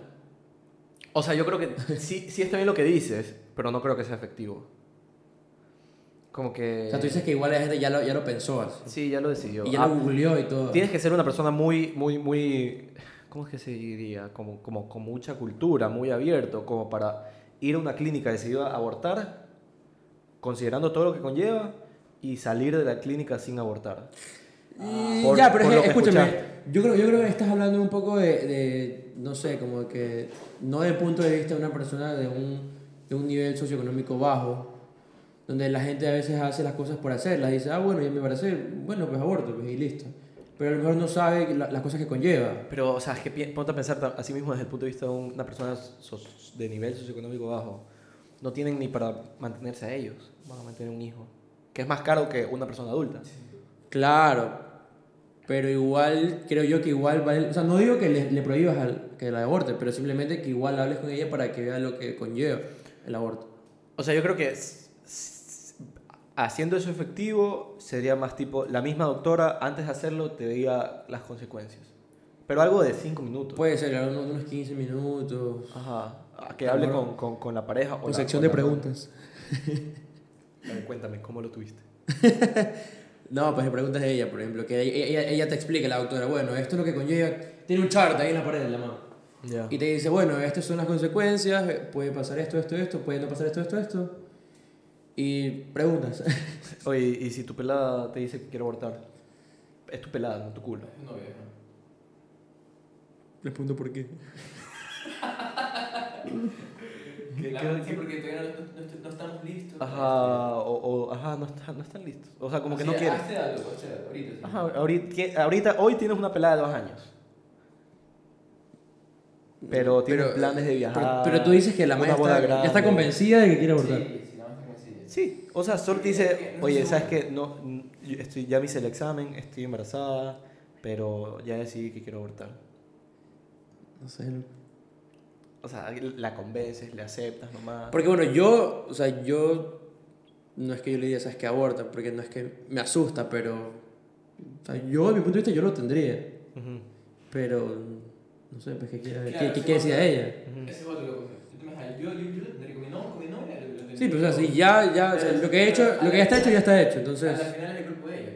[SPEAKER 2] O sea, yo creo
[SPEAKER 3] *laughs*
[SPEAKER 2] que sí, sí está bien lo que dices, pero no creo que sea efectivo. Como que...
[SPEAKER 3] O sea, tú dices que igual la gente ya lo, ya lo pensó así.
[SPEAKER 2] Sí, ya lo decidió.
[SPEAKER 3] Y ya lo
[SPEAKER 2] Ah,
[SPEAKER 3] googleó y todo.
[SPEAKER 2] tienes que ser una persona muy, muy, muy... ¿Cómo es que se diría? Como, como con mucha cultura, muy abierto, como para ir a una clínica decidida a abortar, considerando todo lo que conlleva, y salir de la clínica sin abortar.
[SPEAKER 3] Y
[SPEAKER 2] Ah. Por-
[SPEAKER 3] ya, pero
[SPEAKER 2] por
[SPEAKER 3] es
[SPEAKER 2] lo
[SPEAKER 3] que,
[SPEAKER 2] que
[SPEAKER 3] escúchame,
[SPEAKER 2] escuchaste.
[SPEAKER 3] yo creo, yo creo que estás hablando un poco de, de, no sé, como que, no del punto de vista de una persona de un, de un nivel socioeconómico bajo, donde la gente a veces hace las cosas por hacerlas, dice, ah, bueno, ya me parece, bueno, pues aborto, pues y listo. Pero a lo mejor no sabe la- las cosas que conlleva.
[SPEAKER 2] Pero, o sea, es que pi- ponte a pensar ta- así mismo desde el punto de vista de una persona so- de nivel socioeconómico bajo. No tienen ni para mantenerse a ellos, van a mantener un hijo, que es más caro que una persona adulta.
[SPEAKER 3] Claro, pero igual, creo yo que igual vale, o sea, no digo que le, le prohíbas al- que la aborte, pero simplemente que igual hables con ella para que vea lo que conlleva el aborto.
[SPEAKER 2] O sea, yo creo que s- s- haciendo eso efectivo sería más tipo, la misma doctora antes de hacerlo te diga las consecuencias. Pero algo de 5 minutos.
[SPEAKER 3] Puede ser, claro, unos unos 15 minutos.
[SPEAKER 2] Ajá. a Que hable con, con- con la pareja. o
[SPEAKER 3] Con
[SPEAKER 2] la-
[SPEAKER 3] sección
[SPEAKER 2] o
[SPEAKER 3] de
[SPEAKER 2] la-
[SPEAKER 3] preguntas.
[SPEAKER 2] A ver, Cuéntame, ¿cómo lo tuviste?
[SPEAKER 3] No, pues le preguntas a ella, por ejemplo, que ella, ella- ella te explica, la doctora, bueno, esto es lo que conlleva. Tiene un chart ahí en la pared de la mano.
[SPEAKER 2] Ya.
[SPEAKER 3] Y te dice, bueno, estas son las consecuencias, eh, puede pasar esto, esto, esto, puede no pasar esto, esto, esto. Y preguntas. *laughs*
[SPEAKER 2] Oye, y si tu pelada te dice que quiere abortar, es tu pelada, no tu culo.
[SPEAKER 1] Es novia, ¿no?
[SPEAKER 3] Les pregunto por qué.
[SPEAKER 2] ¿Qué-
[SPEAKER 1] La-
[SPEAKER 2] qué-
[SPEAKER 1] sí,
[SPEAKER 2] qué-
[SPEAKER 1] porque todavía no, no- no- no estamos listos. para
[SPEAKER 2] Ajá, o, o- ajá, no, está- no están listos. O sea, como que
[SPEAKER 1] estudiar.
[SPEAKER 2] no
[SPEAKER 1] Sí,
[SPEAKER 2] quieren.
[SPEAKER 1] hazte algo, hazte algo, ahorita. sí.
[SPEAKER 2] Ajá, ahorita, que- ahorita, hoy tienes una pelada de dos años. Pero tienes
[SPEAKER 3] Pero-
[SPEAKER 2] planes de viajar.
[SPEAKER 3] Pero, pero tú dices que la
[SPEAKER 2] una
[SPEAKER 3] madre
[SPEAKER 2] boda
[SPEAKER 3] está, ya está
[SPEAKER 2] grande.
[SPEAKER 3] convencida de que quiere abortar.
[SPEAKER 1] Sí, sí, la más convencida.
[SPEAKER 2] Sí, o sea, solo te dice,
[SPEAKER 1] No
[SPEAKER 2] oye,
[SPEAKER 1] sé,
[SPEAKER 2] ¿sabes qué? No, n- yo estoy, ya me hice el examen, estoy embarazada, pero ya decidí que quiero abortar.
[SPEAKER 3] No sé, loco.
[SPEAKER 2] O sea, la convences, le aceptas nomás.
[SPEAKER 3] Porque bueno, yo, o sea, yo no es que yo le diga, sabes que aborta, porque no es que me asusta, pero o sea, yo, desde mi punto de vista, yo lo tendría,
[SPEAKER 2] Ujú,
[SPEAKER 3] pero no sé, pues que quiera,
[SPEAKER 1] Claro,
[SPEAKER 3] qué- qué
[SPEAKER 1] sí,
[SPEAKER 3] quiere
[SPEAKER 1] no,
[SPEAKER 3] decir a
[SPEAKER 1] claro.
[SPEAKER 3] ella.
[SPEAKER 2] ujú.
[SPEAKER 1] Ese es otro loco. Yo te imaginas, Yo, yo, yo tendría con mi novia, con mi novia. lo- lo
[SPEAKER 3] Sí,
[SPEAKER 1] tendría
[SPEAKER 3] pues o sea,
[SPEAKER 1] todo.
[SPEAKER 3] sí, ya, ya, o sea, lo que he hecho, lo que ya está hecho, ya está hecho, entonces...
[SPEAKER 1] Al final es el cuerpo de ella.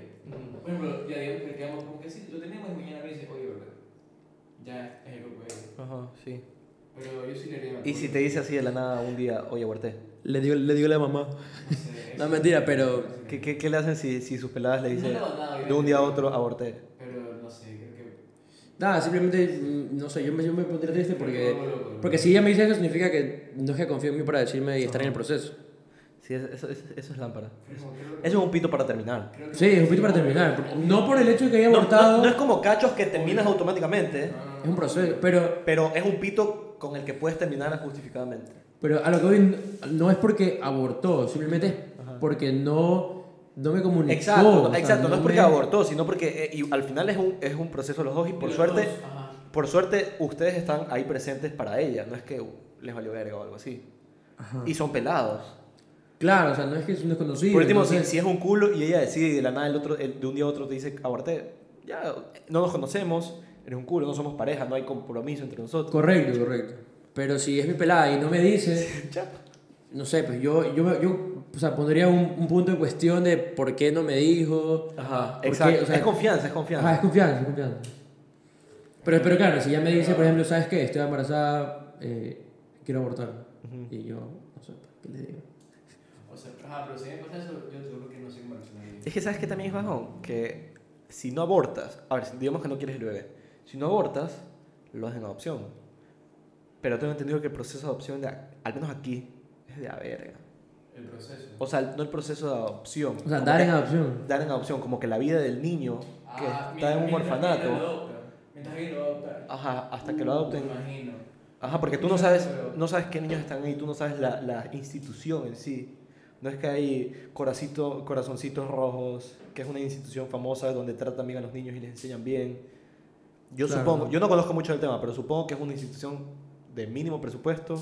[SPEAKER 1] Por ejemplo, ya digamos que quedamos como que sí, lo tenemos y mañana me dice, oye, ¿verdad? Ya es el cuerpo de ella.
[SPEAKER 2] Ajá, sí.
[SPEAKER 1] Pero yo sí le haría
[SPEAKER 2] Y si te dice así de la nada un día, oye, aborté.
[SPEAKER 3] Le digo, le digo a la mamá. No, mentira, pero-
[SPEAKER 2] ¿Qué, qué, qué le hacen si, si sus peladas le dicen
[SPEAKER 1] No, no, no,
[SPEAKER 2] de un día a otro aborté?
[SPEAKER 1] Pero no sé, creo que.
[SPEAKER 3] Nada, simplemente, mm, no sé, yo me, yo me pondría triste
[SPEAKER 1] me
[SPEAKER 3] porque...
[SPEAKER 1] vuelvo loco, ¿no?
[SPEAKER 3] Porque si ella me dice eso, significa que no es que confíe en mí para decirme y estar en el proceso.
[SPEAKER 2] Sí, eso, eso, eso- eso es lámpara.
[SPEAKER 1] Creo que- creo que-
[SPEAKER 2] Eso es un pito para terminar.
[SPEAKER 1] creo que-
[SPEAKER 3] Sí, es un poquito para terminar. por- No por el hecho de que haya
[SPEAKER 2] No,
[SPEAKER 3] abortado,
[SPEAKER 2] no- no es como cachos que terminas automáticamente,
[SPEAKER 1] No, no, no.
[SPEAKER 3] es un proceso, pero...
[SPEAKER 2] pero es un pito con el que puedes terminar justificadamente.
[SPEAKER 3] Pero a lo que voy, n- no es porque abortó, simplemente es
[SPEAKER 2] Ajá.
[SPEAKER 3] porque no, no me comunicó.
[SPEAKER 2] Exacto,
[SPEAKER 3] o sea,
[SPEAKER 2] exacto. No es porque
[SPEAKER 3] me-
[SPEAKER 2] abortó, sino porque eh, y al final es un, es un proceso los dos y por
[SPEAKER 1] Los
[SPEAKER 2] suerte,
[SPEAKER 1] dos, ajá.
[SPEAKER 2] por suerte ustedes están ahí presentes para ella. No es que uh, les valió verga o algo así. Y son pelados.
[SPEAKER 3] Claro, o sea, no es que es un desconocido.
[SPEAKER 2] Por último, si,
[SPEAKER 3] entonces-
[SPEAKER 2] si es un culo y ella decide y de la nada el otro, el- de un día a otro te dice aborté, ya no nos conocemos, eres un culo, no somos pareja, no hay compromiso entre nosotros.
[SPEAKER 3] Correcto, correcto. Pero si es mi pelada y no me dice,
[SPEAKER 2] Ya.
[SPEAKER 3] no sé, pues yo, yo, me- yo o sea, pondría un, un punto de cuestión de por qué no me dijo.
[SPEAKER 2] Ajá,
[SPEAKER 3] por
[SPEAKER 2] exacto.
[SPEAKER 3] qué, o sea,
[SPEAKER 2] es confianza, es
[SPEAKER 3] Ajá, es
[SPEAKER 2] confianza.
[SPEAKER 3] confianza, es confianza. Pero, pero claro, si ya me dice, por ejemplo, ¿sabes qué? Estoy embarazada, eh, quiero abortar. Y yo, no sé, ¿qué le digo?
[SPEAKER 1] O sea, ajá, pero si me pasa eso, yo te juro que no sé cómo reaccionaría.
[SPEAKER 2] Es que sabes que también es bajón, que si no abortas, a ver, digamos que no quieres el bebé, si no abortas, lo hacen adopción. Pero tengo entendido que el proceso de adopción, de, a- al menos aquí, es de a verga.
[SPEAKER 1] El proceso.
[SPEAKER 2] O sea, no el proceso de adopción.
[SPEAKER 3] O sea,
[SPEAKER 2] como
[SPEAKER 3] dar
[SPEAKER 2] que-
[SPEAKER 3] en adopción.
[SPEAKER 2] dar en adopción, como que la vida del niño que
[SPEAKER 1] Ah,
[SPEAKER 2] está en un
[SPEAKER 1] mientras- mientras
[SPEAKER 2] orfanato.
[SPEAKER 1] lo adopta, Mientras alguien lo adopta.
[SPEAKER 2] Ajá, hasta que lo
[SPEAKER 1] Me
[SPEAKER 2] adopten.
[SPEAKER 1] imagino.
[SPEAKER 2] Ajá, porque tú no sabes,
[SPEAKER 1] Pero-
[SPEAKER 2] no sabes qué niños están ahí, tú no sabes la, la institución en sí. No es que hay coracito, corazoncitos rojos, que es una institución famosa donde tratan bien a los niños y les enseñan bien. Yo
[SPEAKER 3] Claro.
[SPEAKER 2] supongo, yo no conozco mucho del tema, pero supongo que es una institución de mínimo presupuesto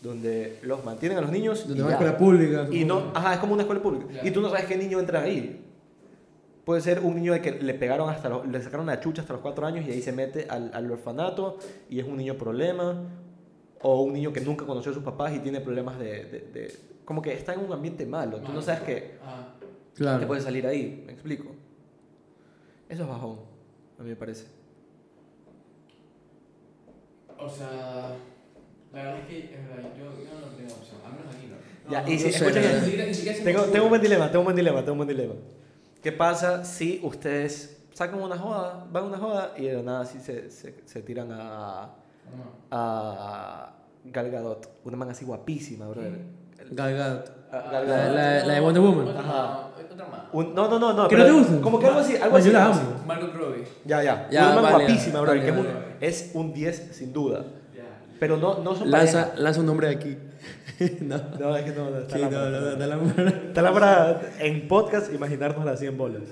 [SPEAKER 2] donde los mantienen a los niños
[SPEAKER 3] Donde
[SPEAKER 2] y
[SPEAKER 3] va a
[SPEAKER 2] ya.
[SPEAKER 3] escuela pública.
[SPEAKER 2] Y
[SPEAKER 3] supongo.
[SPEAKER 2] no, ajá, es como una escuela pública.
[SPEAKER 1] Ya.
[SPEAKER 2] Y tú no sabes qué niño entra ahí. Puede ser un niño de que le pegaron hasta los- le sacaron la chucha hasta los cuatro años y ahí se mete al, al orfanato y es un niño problema. O un niño que nunca conoció a sus papás y tiene problemas de. de- de- como que está en un ambiente malo. Tú no
[SPEAKER 1] Malo.
[SPEAKER 2] sabes que,
[SPEAKER 1] Ajá.
[SPEAKER 2] que
[SPEAKER 3] Claro.
[SPEAKER 2] puede salir ahí. ¿Me explico? Eso es bajón, a mí me parece.
[SPEAKER 1] O sea, la verdad es que es verdad, yo, yo no tengo opción, al menos aquí no.
[SPEAKER 2] Ya,
[SPEAKER 1] No,
[SPEAKER 2] y
[SPEAKER 1] no,
[SPEAKER 2] si,
[SPEAKER 1] no sé,
[SPEAKER 2] escúchame,
[SPEAKER 1] ni siquiera- ni siquiera se me
[SPEAKER 2] tengo,
[SPEAKER 1] ocurre.
[SPEAKER 2] tengo un buen dilema, tengo un buen dilema, tengo un buen dilema. ¿Qué pasa si ustedes sacan una joda, van a una joda y de la nada así se, se, se tiran a,
[SPEAKER 1] No.
[SPEAKER 2] a Gal Gadot? Una man así guapísima, brother.
[SPEAKER 3] Gal Gadot.
[SPEAKER 2] A
[SPEAKER 1] Ah,
[SPEAKER 2] Gal
[SPEAKER 3] Ah, La-
[SPEAKER 2] Gadot.
[SPEAKER 3] la- la de Wonder Woman.
[SPEAKER 1] Otra
[SPEAKER 2] Ajá.
[SPEAKER 1] más, Otra más.
[SPEAKER 2] Un- no, no, no, no.
[SPEAKER 3] ¿Que no
[SPEAKER 2] pero
[SPEAKER 3] te gusta?
[SPEAKER 2] Como que algo así, algo
[SPEAKER 3] Pues
[SPEAKER 2] así.
[SPEAKER 3] yo la
[SPEAKER 2] algo
[SPEAKER 3] amo.
[SPEAKER 2] así.
[SPEAKER 1] Margot Robbie.
[SPEAKER 2] Ya, ya.
[SPEAKER 3] Ya,
[SPEAKER 2] una man
[SPEAKER 3] vale,
[SPEAKER 2] guapísima, brother,
[SPEAKER 3] vale,
[SPEAKER 2] que es un-
[SPEAKER 3] vale.
[SPEAKER 2] es, un 10 sin duda.
[SPEAKER 1] Ya.
[SPEAKER 2] Pero no, no son pareja.
[SPEAKER 3] Lanza, lanza un nombre de aquí. *laughs* no.
[SPEAKER 2] No, es que no, no, está
[SPEAKER 3] Sí,
[SPEAKER 2] la
[SPEAKER 3] no, no,
[SPEAKER 2] mano,
[SPEAKER 3] no, da
[SPEAKER 2] está la-
[SPEAKER 3] la mano.
[SPEAKER 2] Está la para en podcast imaginarnos las 100 bolas.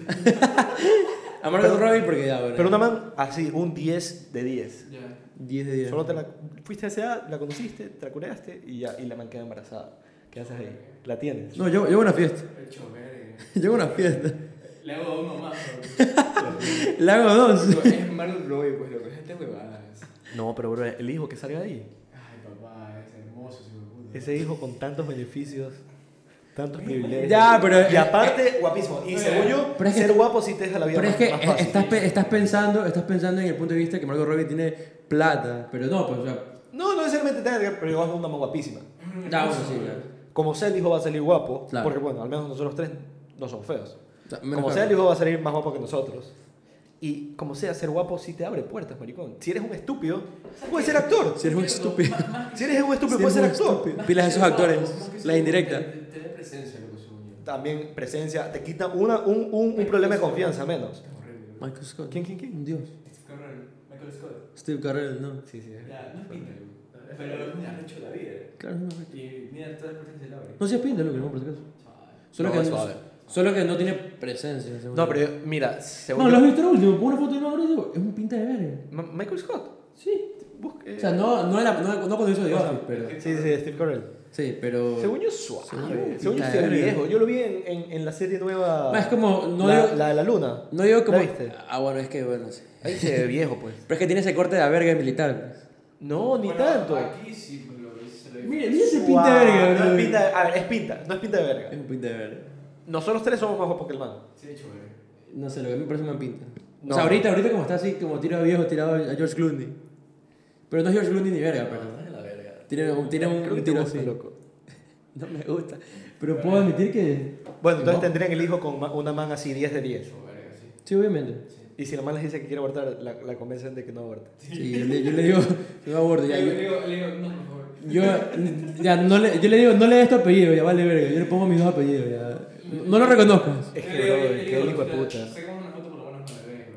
[SPEAKER 3] A Margot Robbie porque ya, bueno.
[SPEAKER 2] Pero una man así, un 10 de 10.
[SPEAKER 1] Ya.
[SPEAKER 3] 10 de 10.
[SPEAKER 2] Solo te la fuiste a esa la conociste, te la curaste y ya, y la man queda embarazada. ¿Qué haces ahí? ¿La tienes?
[SPEAKER 3] No, yo, yo voy a una fiesta. *laughs*
[SPEAKER 1] El chover.
[SPEAKER 3] Yo voy a una fiesta. *laughs*
[SPEAKER 1] Le hago uno más.
[SPEAKER 3] Le hago dos.
[SPEAKER 1] bro. Es Margot Robbie, pues lo que es este huevadas.
[SPEAKER 2] No, pero bro, el hijo que salga de ahí.
[SPEAKER 1] Ay, papá, es hermoso, ese hijo de puta.
[SPEAKER 2] Ese hijo con tantos beneficios. Tantos privilegios.
[SPEAKER 3] Ya, pero-
[SPEAKER 2] Y aparte, eh, guapísimo. Y según yo,
[SPEAKER 3] Pero es que-
[SPEAKER 2] ser guapo sí te deja la vida
[SPEAKER 3] Pero es
[SPEAKER 2] más,
[SPEAKER 3] que
[SPEAKER 2] más
[SPEAKER 3] es-
[SPEAKER 2] fácil.
[SPEAKER 3] estás, pe- estás, pensando, estás pensando en el punto de vista que Margot Robbie tiene plata, pero no, pues, o sea,
[SPEAKER 2] No, no necesariamente tener, pero igual es una más guapísima.
[SPEAKER 3] da uno, sí, claro.
[SPEAKER 2] Como sea el hijo va a salir guapo,
[SPEAKER 3] Claro.
[SPEAKER 2] porque bueno, al menos nosotros tres no somos feos.
[SPEAKER 3] O sea, menos
[SPEAKER 2] Como
[SPEAKER 3] claro.
[SPEAKER 2] sea, el hijo va a salir más guapo que nosotros. Y como sea, ser guapo sí te abre puertas, maricón. Si eres un estúpido, puedes ser actor.
[SPEAKER 3] Si eres un estúpido.
[SPEAKER 2] Si eres un estúpido,
[SPEAKER 3] Si
[SPEAKER 2] puedes ser
[SPEAKER 3] eres un
[SPEAKER 2] actor.
[SPEAKER 3] estúpido. Pilas a esos actores, la
[SPEAKER 1] la
[SPEAKER 3] indirecta.
[SPEAKER 1] Te da presencia, loco, según yo.
[SPEAKER 2] También presencia, te quita una, un, un, un problema de confianza menos.
[SPEAKER 1] Está horrible, loco.
[SPEAKER 3] Michael Scott.
[SPEAKER 2] ¿Quién, quién, quién?
[SPEAKER 3] Un dios.
[SPEAKER 1] Steve Carell, Michael Scott.
[SPEAKER 3] Steve Carell, no.
[SPEAKER 2] Sí, sí.
[SPEAKER 1] Ya, no es pinta, loco. Pero es muy arrecho la vida.
[SPEAKER 3] Claro, no.
[SPEAKER 1] Y mira todas las presencias de Laura.
[SPEAKER 3] No seas pinta, loco, no, por si acaso.
[SPEAKER 1] Chaval.
[SPEAKER 3] Solo,
[SPEAKER 5] No,
[SPEAKER 3] que,
[SPEAKER 5] es
[SPEAKER 3] no,
[SPEAKER 5] suave.
[SPEAKER 3] solo que no tiene presencia. según
[SPEAKER 5] No,
[SPEAKER 3] yo.
[SPEAKER 5] pero yo- mira, según
[SPEAKER 3] No, lo
[SPEAKER 5] yo-
[SPEAKER 3] has visto el último. Pon una foto de Margot Robbie. Es un pinta de verga.
[SPEAKER 5] Ma- Michael Scott.
[SPEAKER 3] Sí.
[SPEAKER 5] busca- eh.
[SPEAKER 3] O sea, no, no, era, no, no cuando hizo The
[SPEAKER 2] O sea,
[SPEAKER 3] Office, pero.
[SPEAKER 2] Sí, sí, Steve Carell.
[SPEAKER 3] Ah, Sí, pero.
[SPEAKER 2] Según yo, suave.
[SPEAKER 3] Sí,
[SPEAKER 2] Según yo,
[SPEAKER 3] pinta
[SPEAKER 2] sí
[SPEAKER 3] de
[SPEAKER 2] es
[SPEAKER 3] verga.
[SPEAKER 2] viejo. Yo lo vi en, en, en la serie nueva.
[SPEAKER 3] No, Ah, es como. No
[SPEAKER 2] la,
[SPEAKER 3] digo,
[SPEAKER 2] la de la luna.
[SPEAKER 3] no digo como.
[SPEAKER 2] ¿La viste?
[SPEAKER 3] Ah, bueno, es que bueno, sí.
[SPEAKER 5] Ahí se ve viejo, pues.
[SPEAKER 3] Pero es que tiene ese corte de la verga de militar.
[SPEAKER 2] No, ni
[SPEAKER 1] Bueno,
[SPEAKER 2] tanto.
[SPEAKER 5] ah,
[SPEAKER 1] Aquí sí, pues lo se lo
[SPEAKER 3] Mire, mire ese pinta
[SPEAKER 2] Guau,
[SPEAKER 3] de verga,
[SPEAKER 2] No
[SPEAKER 3] bro.
[SPEAKER 2] es pinta de- a ver, es pinta, no es pinta de
[SPEAKER 3] Es
[SPEAKER 2] verga.
[SPEAKER 3] un pinta de verga.
[SPEAKER 2] Nosotros tres somos más guapos que el man.
[SPEAKER 1] Se ha hecho, güey.
[SPEAKER 3] No sé, lo que a mí me parece una pinta.
[SPEAKER 2] No.
[SPEAKER 3] O sea, ahorita, ahorita como está así, como tirado viejo, tirado a George Clooney. Pero no es George Clooney ni verga, pero.
[SPEAKER 5] la verga.
[SPEAKER 3] Tiene, un- tiene un,
[SPEAKER 2] Creo que
[SPEAKER 3] un
[SPEAKER 2] te
[SPEAKER 3] tiro
[SPEAKER 2] gusta,
[SPEAKER 3] así.
[SPEAKER 2] loco.
[SPEAKER 3] No me gusta. Pero puedo admitir que.
[SPEAKER 2] Bueno, entonces
[SPEAKER 3] No.
[SPEAKER 2] tendrían el hijo con ma- una man así 10 de 10.
[SPEAKER 1] Hecho, verga, sí.
[SPEAKER 3] Sí, obviamente.
[SPEAKER 2] Y si la man les dice que quiere abortar, la, la convencen de que no aborte.
[SPEAKER 3] Sí, yo le, yo le digo, *laughs* yo abordo, ya.
[SPEAKER 1] Le
[SPEAKER 3] Yo,
[SPEAKER 1] digo, le digo, no, por favor.
[SPEAKER 3] yo, ya, no le, yo le digo, no le des tu apellido, ya vale verga. Yo le pongo mis dos apellidos, ya. No lo reconozcas.
[SPEAKER 2] Es
[SPEAKER 1] Yo
[SPEAKER 2] que,
[SPEAKER 1] le digo,
[SPEAKER 2] bro,
[SPEAKER 1] yo le
[SPEAKER 2] qué
[SPEAKER 1] digo,
[SPEAKER 2] hijo de
[SPEAKER 1] mira,
[SPEAKER 2] puta.
[SPEAKER 1] Sacamos una foto por lo menos con el bebé,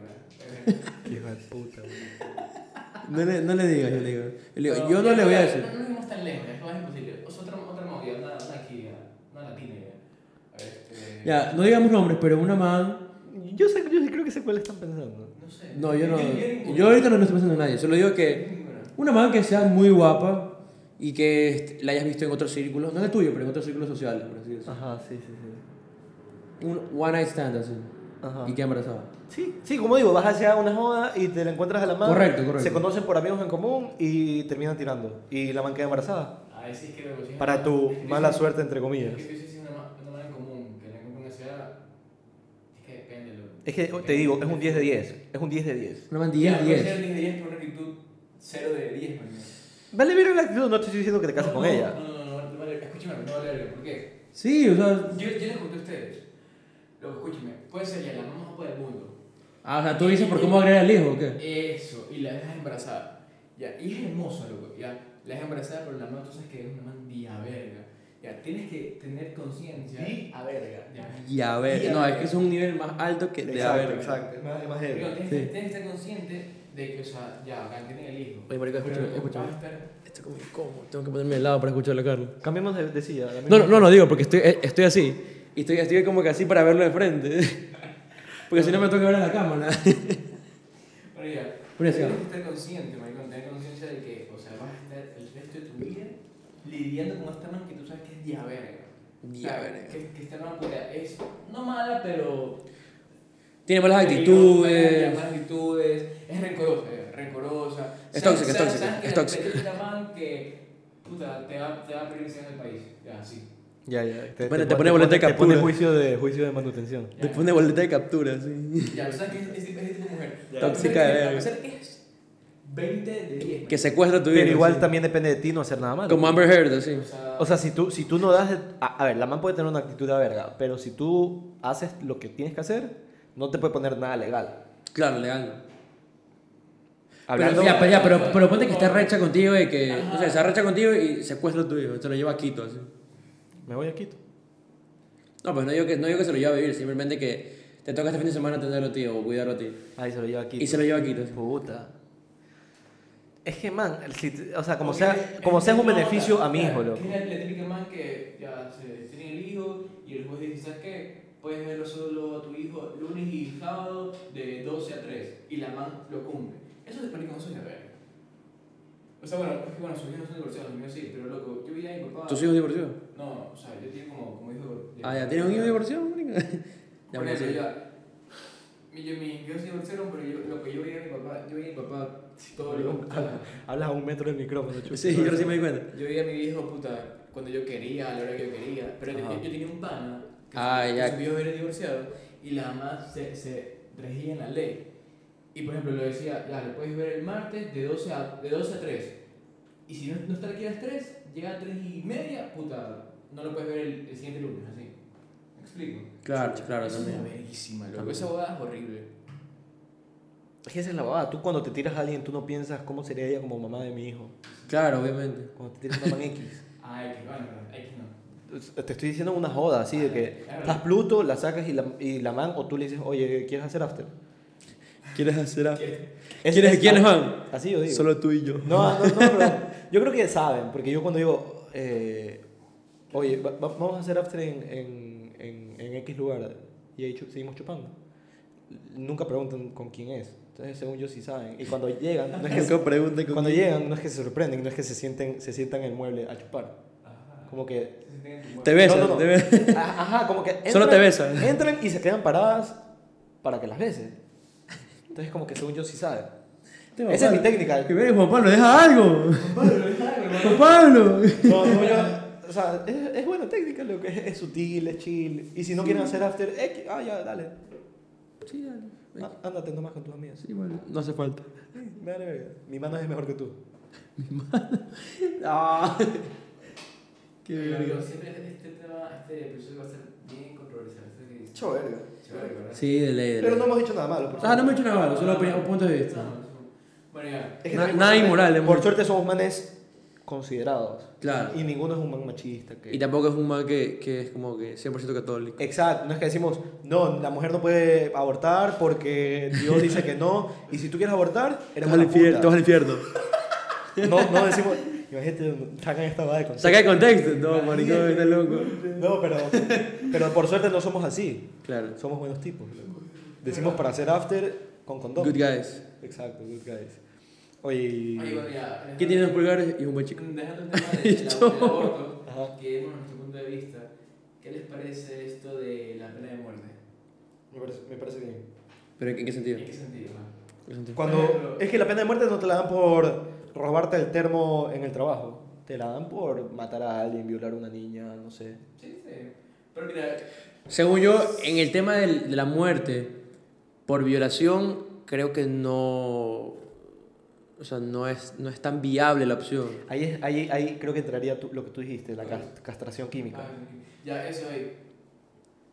[SPEAKER 1] ¿verdad?
[SPEAKER 2] Hijo de puta, güey.
[SPEAKER 3] No le, no le digas, yo le digo. Yo, le digo, yo no le voy a decir.
[SPEAKER 1] No, no nos vamos tan lejos, es más imposible. O sea, otra, otra movida, una, una aquí, ya, una latina ya. A ver, Este,
[SPEAKER 3] Ya, no digamos nombres, pero una man.
[SPEAKER 2] Yo, sé, yo sí creo que sé cuál están pensando.
[SPEAKER 1] No sé.
[SPEAKER 3] No, yo no.
[SPEAKER 1] ninguna.
[SPEAKER 3] Yo ahorita no, no estoy pensando en nadie, solo digo que
[SPEAKER 1] Ninguna.
[SPEAKER 3] una man que sea muy guapa y que este, la hayas visto en otros círculos, no en el tuyo, pero en otros círculos sociales, por así decirlo.
[SPEAKER 2] Ajá, sí, sí, sí.
[SPEAKER 3] Un one night stand así.
[SPEAKER 2] Ajá.
[SPEAKER 3] Y que embarazada.
[SPEAKER 2] Sí, sí, como digo, vas hacia una joda y te la encuentras a la man.
[SPEAKER 3] Correcto, correcto.
[SPEAKER 2] Se conocen por amigos en común y terminan tirando. Y la man queda embarazada.
[SPEAKER 1] Ahí sí es que lo consigo.
[SPEAKER 2] Para tu
[SPEAKER 1] Es que
[SPEAKER 2] mala
[SPEAKER 1] dice-
[SPEAKER 2] suerte, entre comillas.
[SPEAKER 1] Es que dice una, ma- una manera en común, que la común que sea. Es que depende. loco.
[SPEAKER 5] Es que te digo, es un 10 de 10. Es un 10 de 10.
[SPEAKER 3] Una man
[SPEAKER 1] Ya, pues
[SPEAKER 3] 10,
[SPEAKER 1] puede ser 10
[SPEAKER 3] 10.
[SPEAKER 1] de 10 por una actitud 0 de 10, man.
[SPEAKER 2] Vale, mira la actitud, no te estoy diciendo que te casas
[SPEAKER 1] No,
[SPEAKER 2] con
[SPEAKER 1] no,
[SPEAKER 2] ella.
[SPEAKER 1] No, no, no, no, vale, escúchame, no vale, verga, ¿por qué?
[SPEAKER 3] Sí, o sea.
[SPEAKER 1] Yo, yo les conté a ustedes. Luego, escúchame, puede ser ya la más guapa del mundo.
[SPEAKER 3] Ah, o sea, tú dices por cómo agregar al hijo o qué.
[SPEAKER 1] Eso, y la dejas embarazada. Ya, y es hermosa, loco. Ya, la dejas embarazada, pero la man, tú sabes que es una man día verga. Ya, tienes que tener conciencia.
[SPEAKER 5] Di
[SPEAKER 1] a verga. Ya.
[SPEAKER 3] Y a
[SPEAKER 1] Y
[SPEAKER 3] ver,
[SPEAKER 1] a
[SPEAKER 3] no,
[SPEAKER 1] ver.
[SPEAKER 3] es que es un nivel más alto que de a
[SPEAKER 2] exacto,
[SPEAKER 3] ver.
[SPEAKER 2] exacto. Es más, es más heavy.
[SPEAKER 1] Pero tienes,
[SPEAKER 3] Sí.
[SPEAKER 1] que- tienes que estar consciente de que, o sea, ya, acá tienen el hijo.
[SPEAKER 3] Oye,
[SPEAKER 1] Pero
[SPEAKER 3] marico, escúchame,
[SPEAKER 1] vas a
[SPEAKER 3] escúchame.
[SPEAKER 1] estar-
[SPEAKER 3] Esto es como incómodo, tengo que ponerme de lado para escucharlo, Carlos.
[SPEAKER 2] Cambiemos de, de silla. la
[SPEAKER 3] No,
[SPEAKER 2] misma-
[SPEAKER 3] no, no, no, digo, porque estoy, eh, estoy así. Y estoy, estoy como que así para verlo de frente. *laughs* Porque si no me toca ver a la cámara.
[SPEAKER 1] Bueno, ya.
[SPEAKER 3] Por eso.
[SPEAKER 1] Tienes que estar consciente, marico, tener conciencia de que, o sea, vas a estar el resto de tu vida lidiando con esta man que tú sabes que es día verga. O sea,
[SPEAKER 3] eh.
[SPEAKER 1] Que, que esta man, puta, es no mala, pero.
[SPEAKER 3] Tiene malas
[SPEAKER 1] Malas,
[SPEAKER 3] actitudes.
[SPEAKER 1] malas actitudes. Es rencorosa, eh, rencorosa.
[SPEAKER 3] Es
[SPEAKER 1] Sabes-
[SPEAKER 3] tóxica, es
[SPEAKER 1] sabes-
[SPEAKER 3] tóxica,
[SPEAKER 1] sabes que
[SPEAKER 3] es tóxica.
[SPEAKER 1] Es esta man que. Puta, te va, te va a pedir que seas del país. Ya, sí.
[SPEAKER 2] Ya, ya.
[SPEAKER 3] Te pone- te pone boleta de
[SPEAKER 2] Te pone
[SPEAKER 3] captura.
[SPEAKER 2] juicio de, juicio de manutención.
[SPEAKER 1] Ya.
[SPEAKER 3] Te pone boleta de captura, sí.
[SPEAKER 1] Ya, tú sabes que es, es, es tipo mujer.
[SPEAKER 3] Ya.
[SPEAKER 1] A pesar
[SPEAKER 3] Tóxica
[SPEAKER 1] que-
[SPEAKER 3] de
[SPEAKER 1] A
[SPEAKER 3] verga.
[SPEAKER 1] pesar que es 20 de 10.
[SPEAKER 3] *laughs* Que secuestra tu vida.
[SPEAKER 2] Pero igual
[SPEAKER 3] sí.
[SPEAKER 2] también depende de ti no hacer nada malo.
[SPEAKER 3] Como Amber Heard, así.
[SPEAKER 1] O sea,
[SPEAKER 2] O sea, si tú, si tú no das... de- A, a ver, la man puede tener una actitud de verga, pero si tú haces lo que tienes que hacer, no te puede poner nada legal.
[SPEAKER 3] Claro, legal.
[SPEAKER 2] Hablando...
[SPEAKER 3] Pero, ya, pero, ya, pero, pero ponte que está recha contigo y que. O sea,
[SPEAKER 1] Ajá.
[SPEAKER 3] se arrecha contigo y secuestra tu hijo. Se lo lleva a Quito, así.
[SPEAKER 2] Me voy a Quito.
[SPEAKER 3] No, pues no digo que, no digo que se lo lleve a vivir, simplemente que te toca este fin de semana atenderlo a ti o cuidarlo a ti.
[SPEAKER 2] Ahí se lo lleva a Quito.
[SPEAKER 3] Y se lo lleva a Quito. así.
[SPEAKER 2] Puta. Es que, man, el sit- o sea, como
[SPEAKER 1] Porque
[SPEAKER 2] sea,
[SPEAKER 1] es-
[SPEAKER 2] como sea es un
[SPEAKER 1] no,
[SPEAKER 2] beneficio
[SPEAKER 1] la-
[SPEAKER 2] a mi
[SPEAKER 1] la-
[SPEAKER 2] hijo,
[SPEAKER 1] que
[SPEAKER 2] loco.
[SPEAKER 1] Es la, la típica man que ya se tiene el hijo y el juez dice, ¿sabes qué? Puedes verlo solo a tu hijo lunes y sábado de 12 a 3 y la man lo cumple. Eso de pánico no soy de verga. O sea, bueno, es que bueno, sus hijos no son divorciados, los míos sí, pero loco, yo vi a mi papá.
[SPEAKER 3] ¿Tus hijos divorciados?
[SPEAKER 1] No, o sea, yo tengo como, como hijo. de-
[SPEAKER 3] Ah, ya, ¿tienes un hijo divorciado? marica? *laughs* Ya,
[SPEAKER 1] Por
[SPEAKER 3] pues,
[SPEAKER 1] eso,
[SPEAKER 3] sí.
[SPEAKER 1] ya. Mi, yo, mi, yo se divorciaron, pero yo, lo que yo veía a mi papá, yo veía a mi papá todo
[SPEAKER 2] Hablas a un metro del micrófono, chulo.
[SPEAKER 3] Sí, yo sí me di cuenta.
[SPEAKER 1] Yo vi a mi viejo, puta, cuando yo quería, a la hora que yo quería. Pero yo,
[SPEAKER 6] Ajá.
[SPEAKER 1] yo tenía un pana que
[SPEAKER 3] Ah,
[SPEAKER 1] su-
[SPEAKER 3] ya.
[SPEAKER 1] su viejo era divorciado y la mamá se, se regía en la ley. Y por ejemplo, le decía, ya, lo puedes ver el martes de 12 a, de 12 a 3. Y si no, no está aquí a las 3, llega a 3 y media, puta, no lo puedes ver el, el siguiente lunes, así. ¿Me explico?
[SPEAKER 3] Claro, claro,
[SPEAKER 1] Eso es una
[SPEAKER 3] también.
[SPEAKER 1] verguísima, loco. Esa boda es horrible.
[SPEAKER 2] Es que esa es la babada. Tú cuando te tiras a alguien, tú no piensas cómo sería ella como mamá de mi hijo.
[SPEAKER 3] Claro, obviamente.
[SPEAKER 2] Cuando te tiras a una man X.
[SPEAKER 1] Ah, X, bueno, no, X no.
[SPEAKER 2] *laughs* Te estoy diciendo una joda así de que
[SPEAKER 1] Claro.
[SPEAKER 2] estás Pluto, la sacas y la, y la man, o tú le dices, oye, ¿quieres hacer after?
[SPEAKER 3] ¿Quieres hacer a...
[SPEAKER 2] Es-
[SPEAKER 3] ¿Quieres-
[SPEAKER 2] es-
[SPEAKER 3] quiénes van?
[SPEAKER 2] Así yo digo.
[SPEAKER 3] Solo tú y
[SPEAKER 2] *laughs*
[SPEAKER 3] yo.
[SPEAKER 2] No, no, no, pero yo creo que saben, porque yo cuando digo, eh, oye, va- va- vamos a hacer after en, en, en, en X lugar, y ahí chu- seguimos chupando. Nunca preguntan con quién es. Entonces, según yo, sí saben. Y cuando llegan, no es que se,
[SPEAKER 3] pregunte
[SPEAKER 2] cuando llegan, no es que se sorprenden, no es que se, sienten, se sientan en el mueble a chupar. Como que...
[SPEAKER 1] Se sienten en tu cuerpo.
[SPEAKER 3] Te besas,
[SPEAKER 2] No, no, no.
[SPEAKER 3] te besas.
[SPEAKER 2] a- Ajá, como que...
[SPEAKER 3] Solo te besan.
[SPEAKER 2] Entran y se quedan paradas para que las beses. Entonces, como que según yo, sí saben. Esa es mi técnica.
[SPEAKER 3] Primero Juan Pablo, deja algo. Juan Pablo.
[SPEAKER 2] No, no, yo, o sea, es, es buena técnica, lo que es, es sutil, es chill. Y si no quieren hacer after, eh, que- ah, ya, dale.
[SPEAKER 3] Sí, dale.
[SPEAKER 2] Ah, ándate nomás con tus amigas.
[SPEAKER 3] Sí, bueno, no hace falta.
[SPEAKER 2] Me vale verga. Mi mano es mejor que tú.
[SPEAKER 3] *laughs* Ah. Qué
[SPEAKER 1] Pero,
[SPEAKER 3] verga.
[SPEAKER 1] pero siempre este tema, este episodio va a ser bien controversial. esto que-
[SPEAKER 2] Chau, verga.
[SPEAKER 1] Chévere, ¿verdad?
[SPEAKER 3] Sí, de ley, de
[SPEAKER 2] Pero
[SPEAKER 3] ley.
[SPEAKER 2] no hemos hecho nada malo, por
[SPEAKER 3] Ah, no me he
[SPEAKER 2] suerte.
[SPEAKER 3] hecho nada malo, solo opinión, puntos de
[SPEAKER 1] No,
[SPEAKER 3] vista.
[SPEAKER 1] no, Bueno, ya.
[SPEAKER 2] Es que
[SPEAKER 3] Na-
[SPEAKER 2] también por
[SPEAKER 3] nada
[SPEAKER 2] suerte-
[SPEAKER 3] inmoral, es
[SPEAKER 2] Por
[SPEAKER 3] mucho.
[SPEAKER 2] suerte somos manes considerados.
[SPEAKER 3] Claro.
[SPEAKER 2] Y ninguno es un man machista. Que...
[SPEAKER 3] Y tampoco es un man que, que es como que 100% católico.
[SPEAKER 2] Exacto, no es que decimos, no, la mujer no puede abortar porque Dios dice que no. Y si tú quieres abortar, eres una puta.
[SPEAKER 3] al infierno.
[SPEAKER 2] No, no decimos, imagínate, sacan esta bada de
[SPEAKER 3] Saca de contexto. No, maricón, está loco.
[SPEAKER 2] No, pero, pero por suerte no somos así.
[SPEAKER 3] Claro.
[SPEAKER 2] Somos buenos tipos. loco. Decimos para hacer after con condón.
[SPEAKER 3] Good guys.
[SPEAKER 2] Exacto, good guys. Oye, y-
[SPEAKER 1] Oye, bueno, ya.
[SPEAKER 3] ¿Qué tiene dos pulgares y un buen chico?
[SPEAKER 1] *laughs* Dejando el
[SPEAKER 3] *laughs*
[SPEAKER 1] tema del- del
[SPEAKER 3] Chau.
[SPEAKER 1] aborto,
[SPEAKER 2] Ajá.
[SPEAKER 1] que es nuestro punto de vista, ¿qué les parece esto de la pena de muerte?
[SPEAKER 2] me, parece, me parece bien.
[SPEAKER 3] ¿Pero en qué sentido?
[SPEAKER 1] ¿En qué sentido? ah?
[SPEAKER 3] ¿En qué sentido?
[SPEAKER 2] Cuando, es que la pena de muerte no te la dan por robarte el termo en el trabajo. Te la dan por matar a alguien, violar a una niña, no sé.
[SPEAKER 1] Sí, sí. Pero mira,
[SPEAKER 3] Según yo, en el tema del- de la muerte por violación, creo que no. O sea, no es, no es tan viable la opción.
[SPEAKER 2] Ahí, es- ahí, ahí creo que entraría tú- lo que tú dijiste, la cas- castración química.
[SPEAKER 1] ah, ya, eso ahí.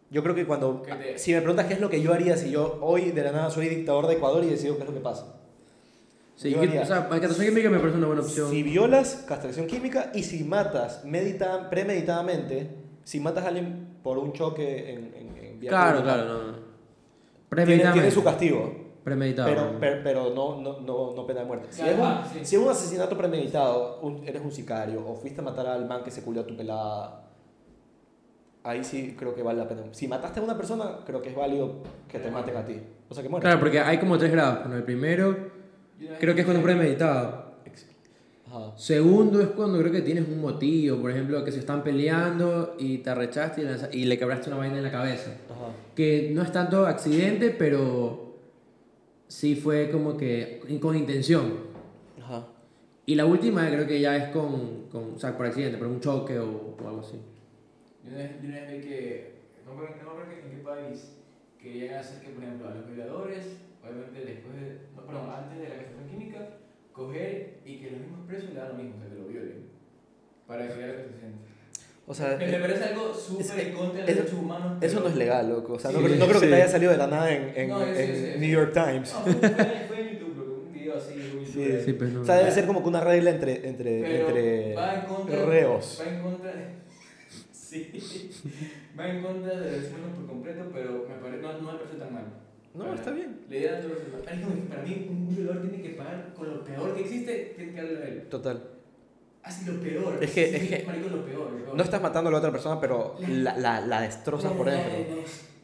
[SPEAKER 2] Yo creo que cuando...
[SPEAKER 1] Que te-
[SPEAKER 2] Si me preguntas qué es lo que yo haría si yo hoy de la nada soy dictador de Ecuador y decido qué es lo que pasa.
[SPEAKER 3] Sí,
[SPEAKER 2] Yo
[SPEAKER 3] que-
[SPEAKER 2] haría-
[SPEAKER 3] o sea, para que te química me parece una buena opción.
[SPEAKER 2] Si violas, castración química. Y si matas medita- premeditadamente, si matas a alguien por un choque en, en, en vía
[SPEAKER 3] claro,
[SPEAKER 2] pública,
[SPEAKER 3] claro, no. no.
[SPEAKER 2] Tiene,
[SPEAKER 3] Premeditado.
[SPEAKER 2] tiene su castigo,
[SPEAKER 3] Premeditado.
[SPEAKER 2] pero, per- pero no, no, no, no pena de muerte. Si
[SPEAKER 1] Claro,
[SPEAKER 2] es un,
[SPEAKER 1] ah, sí.
[SPEAKER 2] si es un asesinato premeditado, un- eres un sicario o fuiste a matar al man que se culió a tu pelada, ahí sí creo que vale la pena. Si mataste a una persona, creo que es válido que te maten a ti. O sea, que mueres.
[SPEAKER 3] Claro, porque hay como tres grados. Bueno, el primero
[SPEAKER 1] Yo una vez
[SPEAKER 3] creo que es cuando es
[SPEAKER 1] escuché-
[SPEAKER 3] premeditado.
[SPEAKER 2] Ajá.
[SPEAKER 3] Segundo es cuando creo que tienes un motivo, por ejemplo, que se están peleando y te arrechaste y, lanza- y le quebraste una vaina en la cabeza.
[SPEAKER 2] Ajá.
[SPEAKER 3] que no es tanto accidente, pero sí fue como que in- con intención.
[SPEAKER 2] Ajá.
[SPEAKER 3] Y la última creo que ya es con, con o sea, por accidente, por un choque o, o algo así.
[SPEAKER 1] Yo una vez, yo una vez vi que, no me no me acuerdo en qué país, querían hacer que, por ejemplo, a los violadores, obviamente después de, no, perdón, antes de la castración química, coger y que los mismos presos le hagan lo mismo, o sea, que lo violen, para que vea lo que se siente.
[SPEAKER 2] O sea,
[SPEAKER 1] Me- Me parece algo súper en contra de los
[SPEAKER 2] eso-
[SPEAKER 1] derechos humanos.
[SPEAKER 2] Eso
[SPEAKER 1] pero-
[SPEAKER 2] no es legal, loco. O sea, no,
[SPEAKER 3] Sí,
[SPEAKER 2] creo, no creo que
[SPEAKER 3] sí.
[SPEAKER 2] te haya salido de la nada en, en-
[SPEAKER 1] No, sí,
[SPEAKER 2] en
[SPEAKER 1] sí, sí.
[SPEAKER 2] New York
[SPEAKER 1] No,
[SPEAKER 2] Times.
[SPEAKER 1] fue, fue- fue en YouTube, loco, un video así. un
[SPEAKER 2] Sí,
[SPEAKER 1] youtuber.
[SPEAKER 3] Sí, pues no.
[SPEAKER 2] O sea, debe ser como que una regla entre, entre,
[SPEAKER 1] Pero
[SPEAKER 2] entre
[SPEAKER 1] va en contra,
[SPEAKER 2] reos.
[SPEAKER 1] Va en contra de, *laughs* sí, va en contra de los humanos por completo, pero me pare- no, no me parece tan mal.
[SPEAKER 2] No, está bien.
[SPEAKER 1] Le idea de los demás. Marico, es que para mí un violador tiene que pagar con lo peor que existe, tiene que darle a él.
[SPEAKER 2] Total.
[SPEAKER 1] Así lo peor.
[SPEAKER 2] Es que-
[SPEAKER 1] Sí,
[SPEAKER 2] es que-
[SPEAKER 1] Marico, lo peor. lo peor.
[SPEAKER 2] No estás matando a la otra persona, pero la, la, la destrozas
[SPEAKER 1] Le-
[SPEAKER 2] por
[SPEAKER 1] le-
[SPEAKER 2] dentro.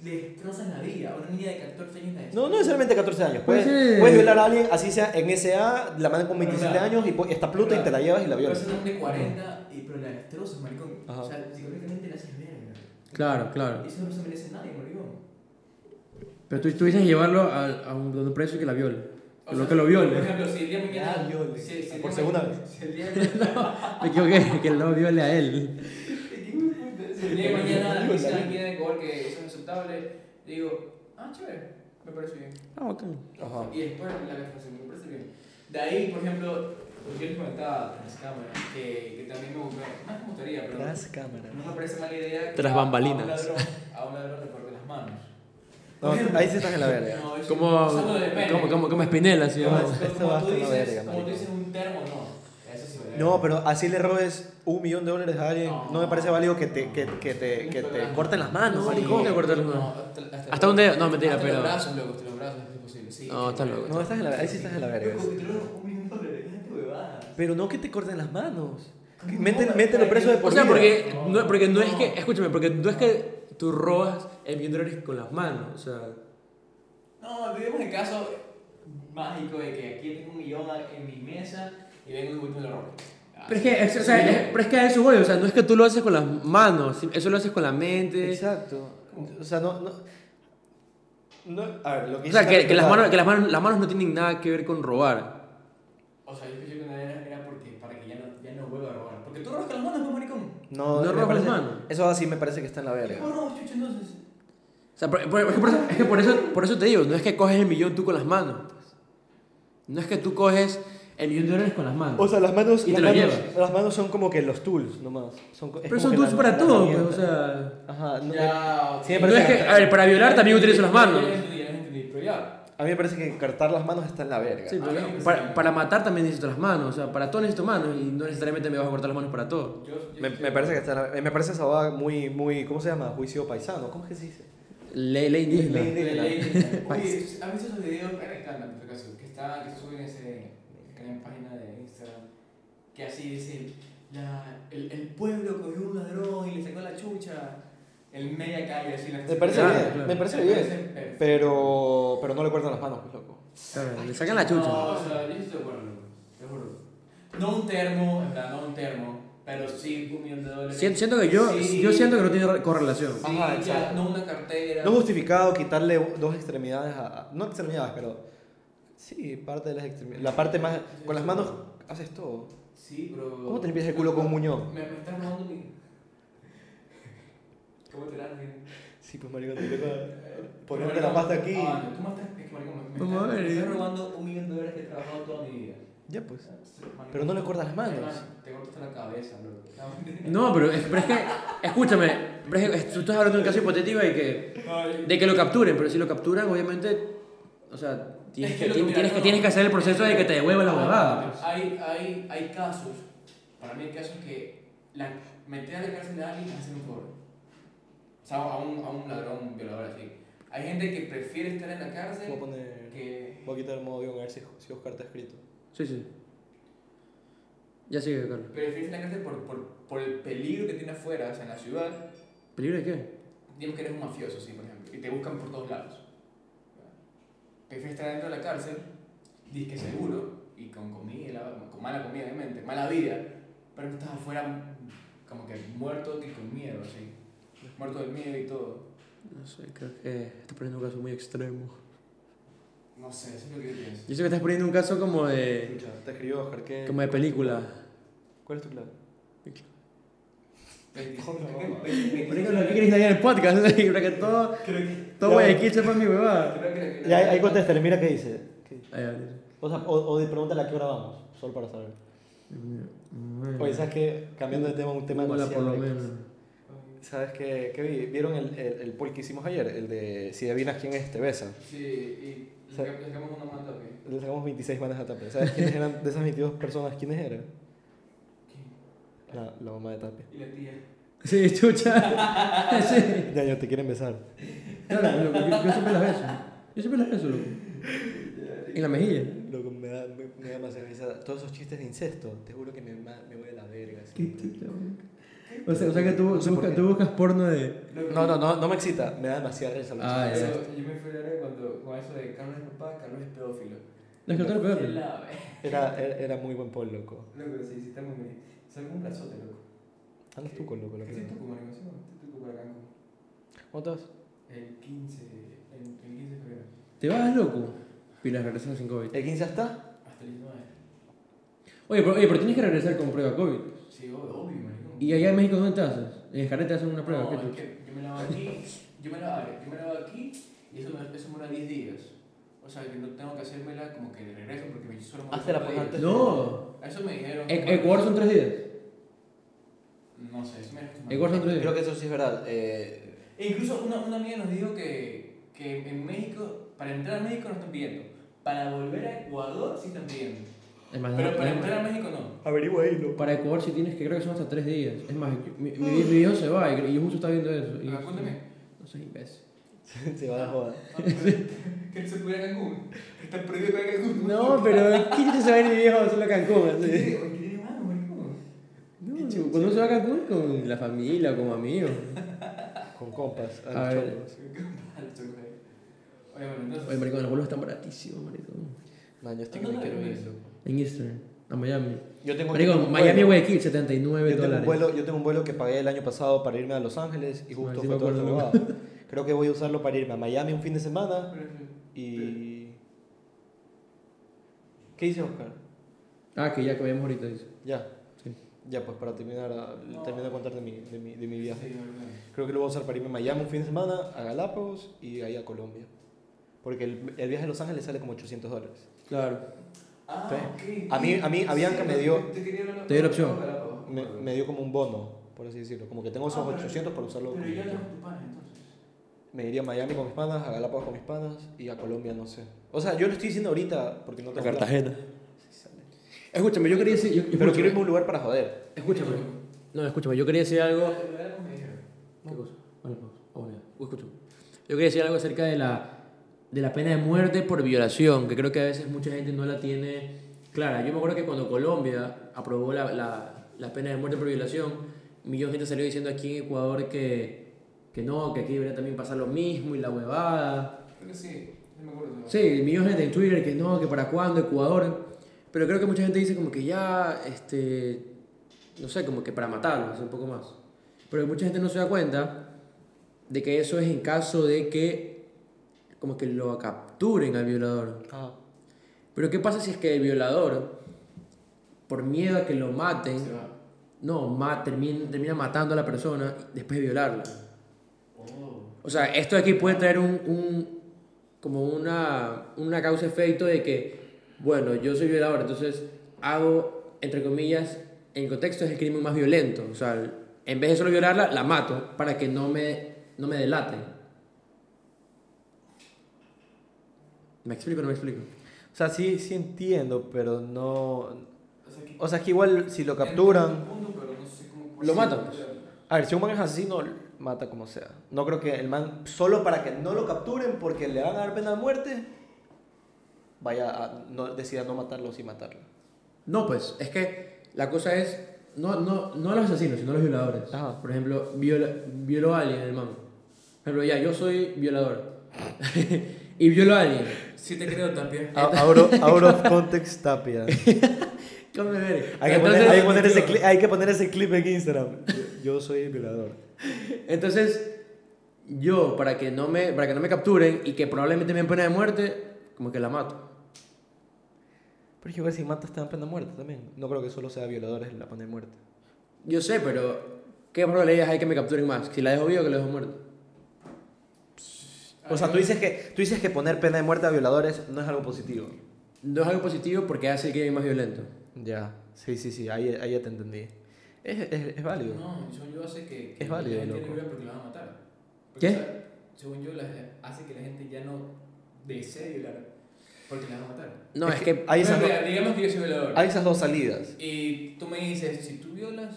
[SPEAKER 1] Le, le destrozan la vida. Una niña de 14 años la destrozan.
[SPEAKER 2] No, no necesariamente 14 años.
[SPEAKER 3] Puede
[SPEAKER 2] Puedes,
[SPEAKER 3] ser.
[SPEAKER 2] puedes violar a alguien, así sea en SA, la mandan con
[SPEAKER 1] Pero
[SPEAKER 2] 27
[SPEAKER 1] claro.
[SPEAKER 2] años y po- está pluta y te la llevas y la
[SPEAKER 1] Pero
[SPEAKER 2] violas.
[SPEAKER 1] es una de 40, y, pero la destrozas, maricón.
[SPEAKER 2] Ajá.
[SPEAKER 1] O sea, psicológicamente la haces verga.
[SPEAKER 3] Claro, claro.
[SPEAKER 1] Eso no se merece nadie, maricón.
[SPEAKER 3] Pero tú, tú dices llevarlo a, a un, a un preso y que la viole. No que lo viole.
[SPEAKER 1] Por ejemplo, si el día de mañana.
[SPEAKER 2] Ah, viole.
[SPEAKER 1] si- si el
[SPEAKER 2] Por
[SPEAKER 1] día
[SPEAKER 2] segunda
[SPEAKER 1] ma-
[SPEAKER 2] vez.
[SPEAKER 1] Si el día de
[SPEAKER 2] *laughs*
[SPEAKER 1] mañana.
[SPEAKER 3] Me equivoqué, que no viole a él.
[SPEAKER 1] Si el día de mañana dicen aquí en Ecuador que eso es aceptable, digo, ah, chévere, me parece bien.
[SPEAKER 3] Ah, ok.
[SPEAKER 2] Ajá.
[SPEAKER 1] Y después la demostración, me parece bien. De ahí, por ejemplo, yo les comentaba tras cámara que, que también me gustaría, más me gustaría, pero
[SPEAKER 2] cámara.
[SPEAKER 1] no me parece mala idea que
[SPEAKER 3] Tras
[SPEAKER 1] a-
[SPEAKER 3] bambalinas.
[SPEAKER 1] A un ladrón, a un ladrón le corte las manos.
[SPEAKER 2] No, ahí sí estás en la verga.
[SPEAKER 1] No, eso-
[SPEAKER 3] Como,
[SPEAKER 1] eso no depende.
[SPEAKER 3] como, como, como Espinela, Ah, sí.
[SPEAKER 1] Pero
[SPEAKER 2] No,
[SPEAKER 3] vamos.
[SPEAKER 2] esto va
[SPEAKER 1] como,
[SPEAKER 2] a
[SPEAKER 1] tú
[SPEAKER 2] estar la
[SPEAKER 1] dices,
[SPEAKER 2] verga,
[SPEAKER 1] como tú
[SPEAKER 2] marico.
[SPEAKER 1] dices, un termo no. Eso sí vale.
[SPEAKER 2] No, pero así le robes un millón de dólares a alguien, no, me parece válido que te, que, que te, que te corten las manos,
[SPEAKER 3] Ah, No,
[SPEAKER 2] maricón.
[SPEAKER 3] te cortan las
[SPEAKER 1] No,
[SPEAKER 3] manos.
[SPEAKER 1] hasta,
[SPEAKER 3] Hasta un dedo, no, mentira,
[SPEAKER 1] hasta
[SPEAKER 3] pero-
[SPEAKER 1] Los brazos, loco, hasta los brazos es imposible. Sí,
[SPEAKER 3] No, estás loco.
[SPEAKER 2] No, estás en la, ahí sí estás en la verga.
[SPEAKER 1] Loco, que te roban un millón de dólares, déjate huevadas.
[SPEAKER 2] Pero no que te corten las manos.
[SPEAKER 1] No,
[SPEAKER 2] Mételo,
[SPEAKER 1] no,
[SPEAKER 2] mételo preso de
[SPEAKER 3] O
[SPEAKER 2] por
[SPEAKER 3] sea,
[SPEAKER 2] vida.
[SPEAKER 3] porque no, porque no es
[SPEAKER 1] No.
[SPEAKER 3] que, escúchame, porque no es que tú robas el millón de dólares con las manos, o sea.
[SPEAKER 1] No, vivimos el caso mágico de que aquí tengo un millón en mi mesa y vengo y vuelvo y lo robo. Ah,
[SPEAKER 3] Pero es que, es- o sea,
[SPEAKER 1] sí.
[SPEAKER 3] es- pero es que a eso voy, o sea, no es que tú lo haces con las manos, sí, eso lo haces con la mente.
[SPEAKER 2] Exacto. O sea, no... no, no- a ver, lo que
[SPEAKER 3] O sea,
[SPEAKER 2] dice
[SPEAKER 3] que, que las,
[SPEAKER 2] Carlos
[SPEAKER 3] manos, que las, manos, las manos no tienen nada que ver con robar.
[SPEAKER 1] O sea, yo pensé que no era, era porque, para que ya no, ya no vuelva a robar. Porque tú robas con las manos, pues, maricón.
[SPEAKER 2] No,
[SPEAKER 3] No
[SPEAKER 2] me
[SPEAKER 3] robas
[SPEAKER 2] parece-
[SPEAKER 3] las manos.
[SPEAKER 2] Eso sí me parece que está en la verga.
[SPEAKER 1] ¿Cómo robas, chucho, entonces?
[SPEAKER 3] O sea, por- por- es que por eso- es que por eso, por eso te digo, no es que coges el millón tú con las manos. pues. No es que tú coges el millón de dólares con las manos.
[SPEAKER 2] O sea, las manos,
[SPEAKER 3] Y te
[SPEAKER 2] las,
[SPEAKER 3] lo
[SPEAKER 2] manos
[SPEAKER 3] llevas.
[SPEAKER 2] las manos son como que los tools nomás. Son, co- es
[SPEAKER 3] pero
[SPEAKER 2] como
[SPEAKER 3] son
[SPEAKER 2] que
[SPEAKER 3] tools
[SPEAKER 2] la-
[SPEAKER 3] para
[SPEAKER 2] la
[SPEAKER 3] todo, pues, o
[SPEAKER 2] herramienta.
[SPEAKER 3] sea.
[SPEAKER 2] Ajá, no-
[SPEAKER 1] Ya,
[SPEAKER 2] Sí, me
[SPEAKER 1] ok.
[SPEAKER 3] No
[SPEAKER 2] parece
[SPEAKER 3] es que, a ver, para violar también utilizas las manos.
[SPEAKER 1] Ya entendí, ya entendí, pero ya.
[SPEAKER 2] a mí me parece que cortar las manos está en la verga.
[SPEAKER 3] Sí,
[SPEAKER 1] Ah,
[SPEAKER 3] pero
[SPEAKER 1] sí, pues,
[SPEAKER 3] para,
[SPEAKER 1] sí.
[SPEAKER 3] para matar también necesito las manos, o sea, para todo necesito manos y no necesariamente me vas a cortar las manos para todo.
[SPEAKER 1] Yo- yo
[SPEAKER 2] Me,
[SPEAKER 1] sí-
[SPEAKER 2] me parece que está en la verga. Me parece esa boda muy, muy, ¿cómo se llama? Juicio paisano. ¿Cómo es que se dice?
[SPEAKER 3] Ley, ley indígena.
[SPEAKER 2] Ley-
[SPEAKER 1] Oye,
[SPEAKER 2] de la- *laughs*
[SPEAKER 1] ¿has visto esos videos? Me encantan, por si acaso, que, está, que suben ese, en la página de Instagram. Que así dice: la, el, el pueblo cogió un ladrón y le sacó la chucha. El media calle, así la Ah,
[SPEAKER 2] Me parece
[SPEAKER 3] Claro,
[SPEAKER 2] bien,
[SPEAKER 3] claro.
[SPEAKER 2] me parece bien.
[SPEAKER 3] Eh.
[SPEAKER 1] perfecto.
[SPEAKER 2] Pero, pero no le cortan las manos, pues loco.
[SPEAKER 3] Claro, Ah, Le sacan la chucha.
[SPEAKER 1] No, o sea, yo sí estoy de acuerdo, loco, te juro. No un termo, en plan, no un termo, pero sí un millón de dólares.
[SPEAKER 3] Sien- Siento que yo,
[SPEAKER 1] Sí,
[SPEAKER 3] yo siento que no tiene re- correlación.
[SPEAKER 1] sí,
[SPEAKER 2] Ajá,
[SPEAKER 1] ya,
[SPEAKER 2] exacto.
[SPEAKER 1] no una cartera.
[SPEAKER 2] No justificado quitarle dos extremidades a. a- No extremidades, pero. Sí, parte de las extremidades. La parte más. Con las manos haces todo.
[SPEAKER 1] Sí, pero.
[SPEAKER 2] ¿Cómo te limpias el culo con un muñón?
[SPEAKER 1] Me, me estás robando mi. *laughs* ¿Cómo te das, güey?
[SPEAKER 2] Sí, pues marico, te toca ponerte la pasta aquí.
[SPEAKER 1] Ah, no, tú me estás. Es que, marico, me, me
[SPEAKER 3] Vamos a
[SPEAKER 1] estás,
[SPEAKER 3] ver,
[SPEAKER 1] me estás
[SPEAKER 3] eh.
[SPEAKER 1] robando un millón de dólares que he trabajado toda mi vida.
[SPEAKER 2] Ya pues.
[SPEAKER 1] Marico,
[SPEAKER 2] Pero no le cortas las manos.
[SPEAKER 1] hermano, Te cortaste la cabeza, *laughs*
[SPEAKER 3] *laughs*
[SPEAKER 1] loco.
[SPEAKER 3] No, pero es, pero es que, escúchame, pero es que tú estás hablando de un caso hipotético de que, de que lo capturen, pero si lo capturan, obviamente, o sea, tienes
[SPEAKER 1] Es
[SPEAKER 3] que,
[SPEAKER 1] que lo
[SPEAKER 3] tienes,
[SPEAKER 1] que-
[SPEAKER 3] tienes que, tienes que hacer el proceso de que te devuelva la huevada. pues.
[SPEAKER 1] Ah, Hay, hay, hay casos, para mí hay casos que la, meter a la cárcel a alguien hace mejor. O sea, a un, a un ladrón, un violador así. Hay gente que prefiere estar en la
[SPEAKER 2] Voy a
[SPEAKER 1] cárcel
[SPEAKER 2] poner.
[SPEAKER 1] que.
[SPEAKER 2] Voy a quitar el modo guión a ver si, si Oscar está escrito.
[SPEAKER 3] Sí, sí. Ya sigue, Carlos.
[SPEAKER 1] Prefiere estar en la cárcel por, por, por el peligro que tiene afuera, o sea, en la ciudad.
[SPEAKER 3] ¿Peligro de qué?
[SPEAKER 1] Digamos que eres un mafioso, sí, por ejemplo, y te buscan por todos lados. Prefieres estar dentro de la cárcel, disque seguro, y con comida, con mala comida, obviamente, mala vida, pero estás afuera como que muerto y con miedo, así. Muerto del miedo y todo.
[SPEAKER 3] No sé, creo que estás poniendo un caso muy extremo.
[SPEAKER 1] No sé, eso es lo que yo pienso.
[SPEAKER 3] Yo sé que estás poniendo un caso como de,
[SPEAKER 2] Escucha, te escribió Oscar, ¿qué?
[SPEAKER 3] como de película.
[SPEAKER 2] ¿Cuál es tu clave?
[SPEAKER 1] 25,
[SPEAKER 2] Joder,
[SPEAKER 1] creo
[SPEAKER 2] mamá.
[SPEAKER 1] que- 25,
[SPEAKER 3] Película, ¿qué queréis en el podcast? *laughs* Para que todo,
[SPEAKER 1] creo que-
[SPEAKER 3] todo Guayaquil sepa mi huevada.
[SPEAKER 1] creo que-
[SPEAKER 2] Ya, ahí- ahí contéstale, mira qué dice. ¿Qué?
[SPEAKER 3] Ahí va.
[SPEAKER 2] O sea, o, o de- pregúntale a qué hora vamos, solo para saber.
[SPEAKER 1] Pues
[SPEAKER 2] Oye, ¿sabes qué? Cambiando de tema, un tema
[SPEAKER 3] Hola, por
[SPEAKER 2] demasiado
[SPEAKER 3] lo
[SPEAKER 2] X.
[SPEAKER 3] menos. *laughs*
[SPEAKER 2] ¿Sabes qué, qué vi? ¿Vieron el, el, el poll que hicimos ayer? El de si adivinas quién es, te besan.
[SPEAKER 1] Sí, y le
[SPEAKER 2] O sea-
[SPEAKER 1] saca- le sacamos una manta, ¿o qué?
[SPEAKER 2] Le sacamos 26 manas a Tapia. ¿Sabes quiénes eran de esas 22 personas? ¿Quiénes eran? La, la mamá de Tapia.
[SPEAKER 1] Y la tía.
[SPEAKER 3] Sí, chucha. *laughs* Sí.
[SPEAKER 2] Ya, ya, te quieren besar.
[SPEAKER 3] Claro, loco, yo, yo siempre las beso. Yo siempre las beso, loco. En la mejilla.
[SPEAKER 2] Loco, me da, me, me da más risa. Todos esos chistes de incesto, te juro que me, ma- me voy a la verga.
[SPEAKER 3] Qué
[SPEAKER 2] siempre.
[SPEAKER 3] chucha, man. o sea, o sea que tú,
[SPEAKER 2] No sé
[SPEAKER 3] tú
[SPEAKER 2] por
[SPEAKER 3] buscas-
[SPEAKER 2] qué.
[SPEAKER 3] tú buscas porno de.
[SPEAKER 1] Loco,
[SPEAKER 2] No, no, no, no me excita. Me da demasiada risa. los
[SPEAKER 3] Ah,
[SPEAKER 2] chistes.
[SPEAKER 1] Pero yo me fui a la cuando con eso de Carlos es papá, Carlos es pedófilo.
[SPEAKER 3] La escritora
[SPEAKER 1] Qué
[SPEAKER 3] peor.
[SPEAKER 1] la ve-
[SPEAKER 2] Era, era, era muy buen poll, loco.
[SPEAKER 1] Loco, sí, sí, estamos muy. Salgo un brazote, loco.
[SPEAKER 2] Andas tú con loco,
[SPEAKER 1] ¿Qué
[SPEAKER 2] loco.
[SPEAKER 1] es tu comunicación? ¿Qué es tu comunicación?
[SPEAKER 2] ¿Cómo te vas?
[SPEAKER 1] El 15, el, el 15 de febrero.
[SPEAKER 3] Te vas, loco. Pilas regresan sin COVID.
[SPEAKER 2] ¿El 15 hasta?
[SPEAKER 1] Hasta el 19.
[SPEAKER 3] Oye pero, oye, pero tienes que regresar con prueba COVID.
[SPEAKER 1] Sí, obvio, obvio, marico.
[SPEAKER 3] ¿Y allá en México dónde te haces? En Escareta hacen una prueba.
[SPEAKER 1] No,
[SPEAKER 3] ¿qué
[SPEAKER 1] es
[SPEAKER 3] tú?
[SPEAKER 1] que yo me lavo aquí, yo me lavo, yo me lavo aquí y eso me, eso me dura 10 días. O sea, que no tengo que hacérmela como que de regreso porque me solo me
[SPEAKER 2] Hazte la
[SPEAKER 1] cuatro
[SPEAKER 2] pos-
[SPEAKER 1] días.
[SPEAKER 2] antes-
[SPEAKER 3] No. E-
[SPEAKER 1] Eso me dijeron.
[SPEAKER 3] En Ecuador son tres días.
[SPEAKER 1] No sé, eso me dijeron.
[SPEAKER 3] Ecuador son tres días.
[SPEAKER 2] Creo que eso sí es verdad. Eh,
[SPEAKER 1] E incluso una, una amiga nos dijo que, que en México, para entrar a México no están pidiendo. Para volver a Ecuador sí están pidiendo.
[SPEAKER 3] Es
[SPEAKER 2] Ah,
[SPEAKER 3] más,
[SPEAKER 1] Pero
[SPEAKER 3] no-
[SPEAKER 1] para
[SPEAKER 3] no-
[SPEAKER 1] entrar a México no.
[SPEAKER 2] Averigua ahí, loco.
[SPEAKER 3] para Ecuador sí tienes que, creo que son hasta tres días. Es más, yo- mi, mi, mi viejo se va y, y yo justo estaba viendo eso. Y,
[SPEAKER 1] Ah,
[SPEAKER 2] *laughs*
[SPEAKER 1] cuéntame.
[SPEAKER 3] No soy imbécil.
[SPEAKER 2] *laughs* Se va de joda.
[SPEAKER 1] Ah, *laughs* Que no se puede ir a Cancún. Que está prohibido que vaya a Cancún.
[SPEAKER 3] No, pero ¿quién te se va a ir mi viejo solo a Cancún?
[SPEAKER 1] ¿Qué
[SPEAKER 3] Así?
[SPEAKER 1] tiene- qué tiene malo, marico?
[SPEAKER 3] No, cuando uno se va a Cancún es con la familia, con amigos.
[SPEAKER 2] Con compas.
[SPEAKER 3] A
[SPEAKER 2] Ah. a los
[SPEAKER 3] ver.
[SPEAKER 2] chongos.
[SPEAKER 1] Qué malo, choco. Oye, bueno, entonces.
[SPEAKER 3] Oye, maricón, los vuelos están baratísimos, maricón.
[SPEAKER 2] Man, yo estoy
[SPEAKER 1] Ah, No, pues.
[SPEAKER 2] que este
[SPEAKER 1] no,
[SPEAKER 2] me quiero
[SPEAKER 1] no,
[SPEAKER 2] ir,
[SPEAKER 1] no.
[SPEAKER 2] loco.
[SPEAKER 3] En Eastern, a Miami.
[SPEAKER 2] Yo tengo
[SPEAKER 3] Maricón, Miami Guayaquil, 79
[SPEAKER 2] Yo tengo, un
[SPEAKER 3] dólares.
[SPEAKER 2] vuelo, yo tengo un vuelo que pagué el año pasado para irme a Los Ángeles y
[SPEAKER 3] Ah,
[SPEAKER 2] justo
[SPEAKER 3] sí
[SPEAKER 2] fue
[SPEAKER 3] me
[SPEAKER 2] todo
[SPEAKER 3] acuerdo. *laughs*
[SPEAKER 2] esta huevada. Creo que voy a usarlo para irme a Miami un fin de
[SPEAKER 1] Ah,
[SPEAKER 2] semana
[SPEAKER 1] Pero, pero,
[SPEAKER 2] y... ¿Qué hice, Oscar?
[SPEAKER 3] Ah, que ya que vayamos ahorita, dice.
[SPEAKER 2] Ya.
[SPEAKER 3] Sí.
[SPEAKER 2] Ya, pues para terminar, ah, termino de contar de mi, de, mi, de mi viaje.
[SPEAKER 1] sí, verdad.
[SPEAKER 2] Creo que lo voy a usar para irme a Miami un fin de semana, a Galápagos y ahí a Colombia. Porque el, el viaje a Los Ángeles sale como 800 dólares.
[SPEAKER 3] Claro.
[SPEAKER 1] Ah,
[SPEAKER 2] Sí.
[SPEAKER 1] ok.
[SPEAKER 2] A mí- a mí, a Bianca me dio-
[SPEAKER 1] Te, quería hablar-
[SPEAKER 3] Te dio la opción.
[SPEAKER 1] Galápagos.
[SPEAKER 2] Me, me dio como un bono, por así decirlo. Como que tengo esos
[SPEAKER 1] Ah, pero-
[SPEAKER 2] 800 para usarlo.
[SPEAKER 1] Pero
[SPEAKER 2] como
[SPEAKER 1] ya
[SPEAKER 2] yo
[SPEAKER 1] no
[SPEAKER 2] quiera.
[SPEAKER 1] es tu pana, entonces.
[SPEAKER 2] Me iría a Miami con mis panas, a Galápagos con mis panas y a Colombia, no sé. O sea, yo lo estoy diciendo ahorita porque no tengo. plan.
[SPEAKER 3] Escúchame, yo quería decir. yo-
[SPEAKER 2] Pero
[SPEAKER 3] escúchame,
[SPEAKER 2] quiero irme a un lugar para joder.
[SPEAKER 3] Escúchame. No, escúchame, yo quería decir
[SPEAKER 1] Lo
[SPEAKER 3] algo.
[SPEAKER 1] de- lo de Galápagos me dijeron.
[SPEAKER 3] ¿Qué cosa? Vale, pausa. Hola. Uy, escúchame. Yo quería decir algo acerca de la, de la pena de muerte por violación, que creo que a veces mucha gente no la tiene clara. Yo me acuerdo que cuando Colombia aprobó la, la, la pena de muerte por violación, un millón de gente salió diciendo aquí en Ecuador que, que no, que aquí debería también pasar lo mismo y la huevada.
[SPEAKER 1] Creo que sí, no me acuerdo.
[SPEAKER 3] Sí, millones de gente en Twitter que no, que para cuándo, Ecuador. Pero creo que mucha gente dice como que ya, este, no sé, como que para matarlos, un poco más. Pero mucha gente no se da cuenta de que eso es en caso de que, como que lo capturen al violador. Pero ¿qué pasa si es que el violador, por miedo a que lo maten,
[SPEAKER 1] Se va.
[SPEAKER 3] no, ma- termina, termina matando a la persona y después de violarla?
[SPEAKER 1] Oh.
[SPEAKER 3] O sea, esto de aquí puede traer un, un- como una, una causa-efecto de que, bueno, yo soy violador, entonces hago, entre comillas, en el contexto es el crimen más violento. O sea, en vez de solo violarla, la mato para que no me, no me delate. ¿Me explico o no me explico?
[SPEAKER 2] O sea, sí, sí entiendo, pero no.
[SPEAKER 1] O sea, que-
[SPEAKER 2] O sea, es que igual si lo capturan.
[SPEAKER 1] Entiendo tu punto, pero no sé cómo-
[SPEAKER 3] Lo matan, pues.
[SPEAKER 2] A ver, si un man es asesino, mata como sea. No creo que el man, solo para que no lo capturen porque le van a dar pena de muerte, vaya a, no, decida no matarlo sin matarlo.
[SPEAKER 3] No, pues, es que la cosa es, no, no, no los asesinos, sino los violadores.
[SPEAKER 2] Ajá.
[SPEAKER 3] Por ejemplo, viola, violó a alguien, hermano. Por ejemplo, ya, yo soy violador. *laughs* y violó a alguien.
[SPEAKER 1] Sí te creo, Tapia.
[SPEAKER 2] Out, out of context tapia.
[SPEAKER 3] Come ver.
[SPEAKER 2] *laughs* Hay que, poner, hay que poner ese clip, hay que poner ese clip en Instagram. Yo, yo soy el violador.
[SPEAKER 3] Entonces, yo, para que, no me, para que no me capturen y que probablemente me den pena de muerte, como que la mato.
[SPEAKER 2] Pero yo creo que si matas te dan pena de muerte también. No creo que solo sea violadores la pena de muerte.
[SPEAKER 3] Yo sé, pero ¿qué probabilidades hay que me capturen más? Si la dejo viva o que la dejo muerta. Ah,
[SPEAKER 2] O sea, tú dices que, tú dices que poner pena de muerte a violadores no es algo positivo.
[SPEAKER 3] No es algo positivo porque hace el crimen más violento.
[SPEAKER 2] Ya, sí, sí, sí, ahí, ahí ya te entendí. Es, es, es válido.
[SPEAKER 1] No, según yo hace que, que
[SPEAKER 2] Es válido,
[SPEAKER 1] la gente
[SPEAKER 2] loco.
[SPEAKER 1] no vea porque la van a matar. Porque,
[SPEAKER 3] ¿Qué?
[SPEAKER 1] o sea, según yo, la- hace que la gente ya no desee violar porque la van a matar.
[SPEAKER 3] No, es,
[SPEAKER 2] Es que
[SPEAKER 3] que...
[SPEAKER 2] Hay
[SPEAKER 1] Pero
[SPEAKER 2] esas
[SPEAKER 1] mira, digamos que yo soy violador.
[SPEAKER 2] Hay esas dos salidas.
[SPEAKER 1] Y tú me dices, si tú violas,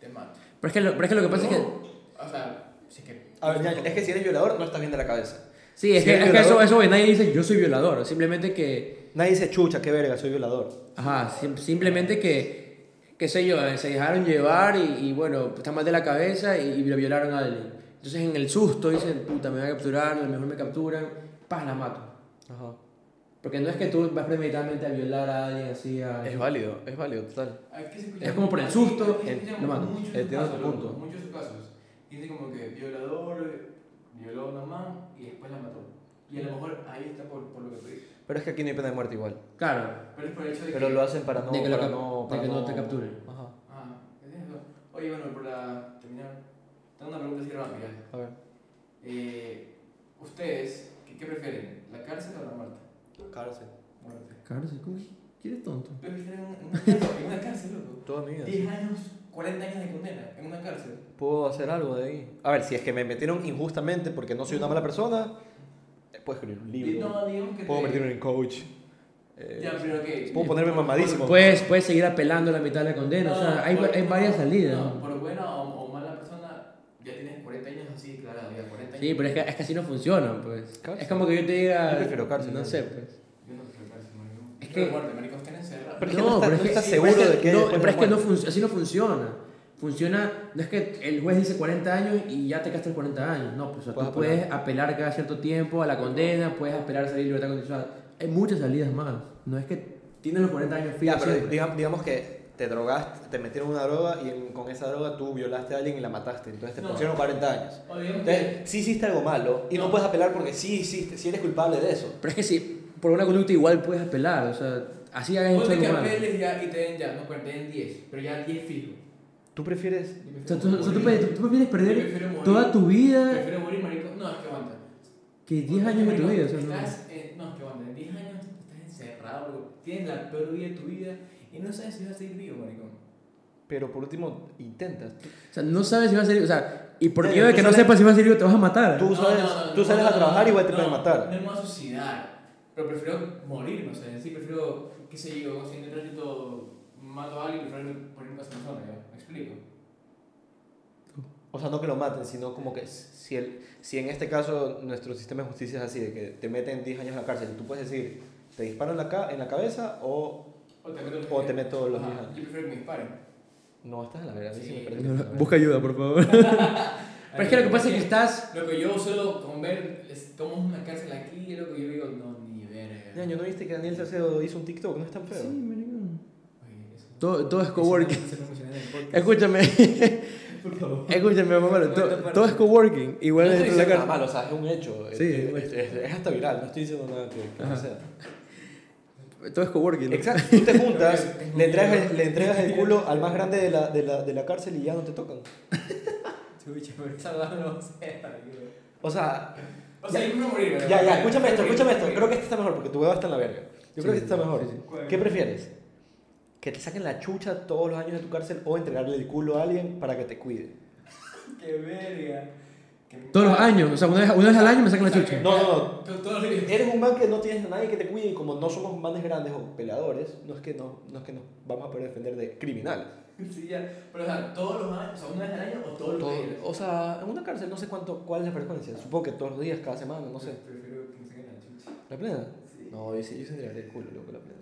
[SPEAKER 1] te mato.
[SPEAKER 3] Pero es que lo, pero es que, lo que pasa es que...
[SPEAKER 1] O sea, si es que.
[SPEAKER 2] A ver, ñaño, es que si eres violador no estás bien de la cabeza.
[SPEAKER 3] Sí, es
[SPEAKER 2] Si
[SPEAKER 3] que,
[SPEAKER 2] eres
[SPEAKER 3] es que eso,
[SPEAKER 2] violador-
[SPEAKER 3] eso, güey, nadie dice yo soy violador, simplemente que,
[SPEAKER 2] Nadie dice, chucha, qué verga, soy violador.
[SPEAKER 3] ajá, sim- simplemente que, qué sé yo, eh, se dejaron llevar y, y bueno, pues, está mal de la cabeza y, y lo violaron a alguien. Entonces en el susto dicen, puta, me van a capturar, a lo mejor me capturan, paz, la mato.
[SPEAKER 2] Ajá.
[SPEAKER 3] Porque no es que tú vas premeditadamente a violar a alguien así, a...
[SPEAKER 2] Es válido, es válido, total.
[SPEAKER 1] Aquí se
[SPEAKER 3] Es como por el susto,
[SPEAKER 1] aquí se
[SPEAKER 3] el-
[SPEAKER 1] escuchan
[SPEAKER 3] lo matan.
[SPEAKER 1] Muchos
[SPEAKER 2] Entiendo
[SPEAKER 1] casos,
[SPEAKER 2] tu
[SPEAKER 1] loco,
[SPEAKER 2] punto.
[SPEAKER 1] Muchos casos. Dice como que eh, violador, violó a una mamá y después la mató. Y a lo mejor ahí está por, por lo que tú dices.
[SPEAKER 2] Pero es que aquí no hay pena de muerte igual.
[SPEAKER 3] Claro,
[SPEAKER 1] Pero es por el hecho de
[SPEAKER 2] Pero
[SPEAKER 1] que.
[SPEAKER 2] lo hacen para no.
[SPEAKER 3] de que, lo
[SPEAKER 2] para
[SPEAKER 3] cap-
[SPEAKER 2] no,
[SPEAKER 3] de
[SPEAKER 2] para
[SPEAKER 3] que no te capturen.
[SPEAKER 2] Ajá.
[SPEAKER 1] Ah, ¿entendés? Oye, bueno, para terminar, tengo una pregunta así rápida.
[SPEAKER 2] A ver.
[SPEAKER 1] Eh, ¿Ustedes qué, qué prefieren? ¿La cárcel o la muerte?
[SPEAKER 2] Cárcel.
[SPEAKER 1] Muerte.
[SPEAKER 3] Cárcel, ¿cómo? ¿Quieres tonto?
[SPEAKER 1] Pero estar en una cárcel, en una cárcel,
[SPEAKER 2] *laughs*
[SPEAKER 1] loco.
[SPEAKER 2] Toda mi vida.
[SPEAKER 1] 10 años, 40 años de condena, en una cárcel.
[SPEAKER 2] ¿Puedo hacer algo de ahí? A ver, si es que me metieron injustamente porque no soy una mala persona, eh, puedo escribir un
[SPEAKER 1] Di-
[SPEAKER 2] libro.
[SPEAKER 1] No, digamos que.
[SPEAKER 2] Puedo
[SPEAKER 1] te-
[SPEAKER 2] convertirme en coach. Eh,
[SPEAKER 1] Ya, pero ok.
[SPEAKER 2] puedo ponerme mamadísimo.
[SPEAKER 3] Puedes, puedes seguir apelando la mitad de la condena, o sea, hay,
[SPEAKER 1] por-
[SPEAKER 3] hay varias salidas.
[SPEAKER 1] No, por buena o, o mala persona, ya tienes 40 años así, claro, ya 40 años.
[SPEAKER 3] Sí, pero es que, es que así no funcionan, pues.
[SPEAKER 2] Cárcel.
[SPEAKER 3] Es como que yo te diga.
[SPEAKER 2] Yo prefiero cárcel,
[SPEAKER 3] No
[SPEAKER 2] ¿no?
[SPEAKER 3] sé, pues.
[SPEAKER 1] Yo no prefiero cárcel, marico.
[SPEAKER 3] Es
[SPEAKER 1] Es
[SPEAKER 3] que-
[SPEAKER 1] que. Muerte, marico, estén encerrados.
[SPEAKER 2] Pero es que no está- no estás seguro
[SPEAKER 3] pero es
[SPEAKER 2] de que
[SPEAKER 3] No,
[SPEAKER 2] después
[SPEAKER 3] pero
[SPEAKER 2] de
[SPEAKER 3] es que no
[SPEAKER 2] muerte.
[SPEAKER 3] fun- así no funciona. Funciona, no es que el juez dice 40 años y ya te gastas 40 años. No, pues o sea,
[SPEAKER 2] Puedes
[SPEAKER 3] tú puedes apelar cada cierto tiempo a la condena, puedes apelar a salir en libertad condicional. Hay muchas salidas más. No es que tienes los 40 años
[SPEAKER 2] Ya,
[SPEAKER 3] fijos.
[SPEAKER 2] pero
[SPEAKER 3] siempre.
[SPEAKER 2] digamos, digamos que te drogaste, te metieron una droga y en- con esa droga tú violaste a alguien y la mataste. Entonces te
[SPEAKER 1] No.
[SPEAKER 2] pusieron 40 años.
[SPEAKER 1] O digamos que.
[SPEAKER 2] Entonces, sí hiciste algo malo y no,
[SPEAKER 1] No.
[SPEAKER 2] puedes apelar porque sí hiciste, sí eres culpable de eso.
[SPEAKER 3] Pero es que si por una conducta igual puedes apelar, o sea, así hagas hecho
[SPEAKER 1] Ponte
[SPEAKER 3] algo
[SPEAKER 1] que
[SPEAKER 3] malo.
[SPEAKER 1] apeles ya y te den ya, no, pero te den 10, pero ya 10 fijo.
[SPEAKER 2] ¿Tú prefieres?
[SPEAKER 1] Yo
[SPEAKER 3] O
[SPEAKER 1] prefiero
[SPEAKER 3] sea, tú, o sea, tú,
[SPEAKER 1] morir.
[SPEAKER 3] pre- tú prefieres
[SPEAKER 1] Yo
[SPEAKER 3] perder
[SPEAKER 1] prefiero morir.
[SPEAKER 3] toda tu vida
[SPEAKER 1] Prefiero morir, marico. No, es que aguanta.
[SPEAKER 3] que 10 años de tu vida. O sea, no.
[SPEAKER 1] Estás, eh, no, es que aguanta. En 10 años estás encerrado, bro. Tienes la peor vida de tu vida y no sabes si vas a seguir vivo, marico.
[SPEAKER 2] Pero por último, intentas.
[SPEAKER 3] O sea, no sabes si va a ser. O sea, y por
[SPEAKER 2] Ya,
[SPEAKER 3] miedo
[SPEAKER 2] ya,
[SPEAKER 3] de que
[SPEAKER 2] tú
[SPEAKER 3] Eh, no
[SPEAKER 2] sales-
[SPEAKER 3] sepas si va a ser, te vas a matar.
[SPEAKER 2] Tú sales, tú sales a trabajar y igual te
[SPEAKER 1] no,
[SPEAKER 2] pueden matar.
[SPEAKER 1] No me voy a suicidar, pero prefiero morir, no sé. Sí, prefiero, qué sé yo, si en el tránsito mato a alguien, prefiero ponerme con esa persona, ¿ya? ¿Me explico?
[SPEAKER 2] O sea, no que lo maten, sino como que si, el, si en este caso nuestro sistema de justicia es así, de que te meten 10 años en la cárcel, tú puedes decir, te disparo en la, ca- en la cabeza o
[SPEAKER 1] O te meto los
[SPEAKER 2] O te meto los
[SPEAKER 1] Ajá,
[SPEAKER 2] diez años.
[SPEAKER 1] Yo prefiero que me disparen.
[SPEAKER 2] no estás en la verga. a mí sí me
[SPEAKER 1] Sí.
[SPEAKER 3] *laughs*
[SPEAKER 2] parece que
[SPEAKER 3] No, no,
[SPEAKER 2] estás en la verga.
[SPEAKER 3] busca ayuda, por favor. Pero es que lo que pasa es que estás.
[SPEAKER 1] Loco, yo solo con ver es- cómo es una cárcel aquí, loco, yo digo, no, ni verga.
[SPEAKER 2] Ñaño, ¿no viste que Daniel Salcedo hizo un TikTok? No es tan feo.
[SPEAKER 1] Oye, eso-
[SPEAKER 3] Todo, todo es
[SPEAKER 1] eso no-
[SPEAKER 3] coworking.
[SPEAKER 1] eso no funciona en el podcast.
[SPEAKER 3] Escúchame,
[SPEAKER 1] Por favor.
[SPEAKER 3] escúchame, mamá. Todo, todo es coworking. Igual
[SPEAKER 2] no
[SPEAKER 3] dentro
[SPEAKER 2] estoy
[SPEAKER 3] de la
[SPEAKER 2] diciendo
[SPEAKER 3] cara.
[SPEAKER 2] nada malo, o sea, es un hecho.
[SPEAKER 3] Sí,
[SPEAKER 2] es,
[SPEAKER 3] es un
[SPEAKER 2] es- es- es hasta viral, no estoy diciendo nada que, que no
[SPEAKER 3] Ajá.
[SPEAKER 2] sea.
[SPEAKER 3] Todo es coworking. ¿no?
[SPEAKER 2] Exacto, tú te juntas, le entregas, el, le entregas el culo al más grande de la, de, la, de la cárcel y ya no te tocan.
[SPEAKER 1] Chucha, pero esa hueá no va a ser, marico.
[SPEAKER 2] O sea,
[SPEAKER 1] O sea,
[SPEAKER 2] Ya.
[SPEAKER 1] yo prefiero morir,
[SPEAKER 2] ya, ya, escúchame esto, escúchame esto. Creo que este está mejor porque tu huevo está en la verga. Yo creo que
[SPEAKER 3] Sí,
[SPEAKER 2] este está mejor.
[SPEAKER 3] sí,
[SPEAKER 1] sí.
[SPEAKER 2] ¿Qué prefieres? ¿Que te saquen la chucha todos los años de tu cárcel o entregarle el culo a alguien para que te cuide?
[SPEAKER 1] Qué verga. Que-
[SPEAKER 3] Todos los años. O sea, una vez, una vez al año me sacan la chucha.
[SPEAKER 2] No, no,
[SPEAKER 1] To- Todos los días.
[SPEAKER 2] Eres un man que no tienes a nadie que te cuide y como no somos manes grandes o peleadores, no es que, no, no es que nos vamos a poder defender de criminales.
[SPEAKER 1] Sí, ya. Pero, o sea, todos los años, o sea, una vez al año o todos los
[SPEAKER 2] Todo-
[SPEAKER 1] días.
[SPEAKER 2] o sea, en una cárcel no sé cuánto, cuál es la frecuencia. Supongo que todos los días, cada semana, no sé.
[SPEAKER 1] Prefiero que me saquen la chucha.
[SPEAKER 2] ¿La plena?
[SPEAKER 1] Sí.
[SPEAKER 2] No, yo sí, yo sí entregaría el culo, loco, la plena.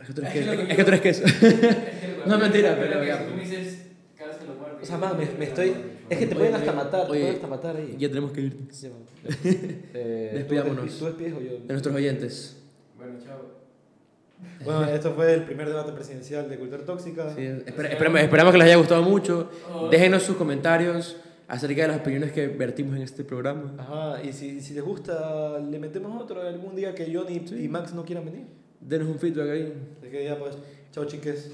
[SPEAKER 3] Es que tú
[SPEAKER 1] Es
[SPEAKER 3] eres
[SPEAKER 1] que
[SPEAKER 3] queso.
[SPEAKER 1] lo que
[SPEAKER 3] Es que tú eres queso.
[SPEAKER 1] *laughs* Es que lo-
[SPEAKER 3] No, mentira,
[SPEAKER 1] lo que-
[SPEAKER 3] pero
[SPEAKER 1] lo que
[SPEAKER 3] ya.
[SPEAKER 1] Si tú me dices cárcel o muerte.
[SPEAKER 2] O sea, más, me, me
[SPEAKER 1] yo-
[SPEAKER 2] estoy... Es que te
[SPEAKER 3] Oye,
[SPEAKER 2] pueden hasta
[SPEAKER 3] oye,
[SPEAKER 2] matar, te
[SPEAKER 3] oye,
[SPEAKER 2] pueden hasta matar ahí.
[SPEAKER 3] Ya tenemos que ir.
[SPEAKER 2] Sí, man. *laughs* Eh, ¿tú
[SPEAKER 3] Despidámonos.
[SPEAKER 2] despi- ¿Tú despides o yo?
[SPEAKER 3] De nuestros oyentes.
[SPEAKER 1] Bueno, chao.
[SPEAKER 2] Bueno, esto fue el primer debate presidencial de Cultura Tóxica.
[SPEAKER 3] Sí, espera- esperamos, esperamos que les haya gustado mucho.
[SPEAKER 1] Oh,
[SPEAKER 3] Déjenos sus comentarios acerca de las opiniones que vertimos en este programa.
[SPEAKER 2] Ajá, y si, si les gusta, le metemos otro algún día que Johnny y Max no quieran venir.
[SPEAKER 3] Denos un feedback ahí.
[SPEAKER 2] Así que ya pues, chao chiques.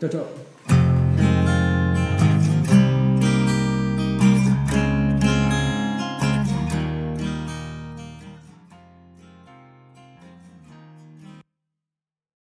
[SPEAKER 3] Chao, chao.
[SPEAKER 2] Chao.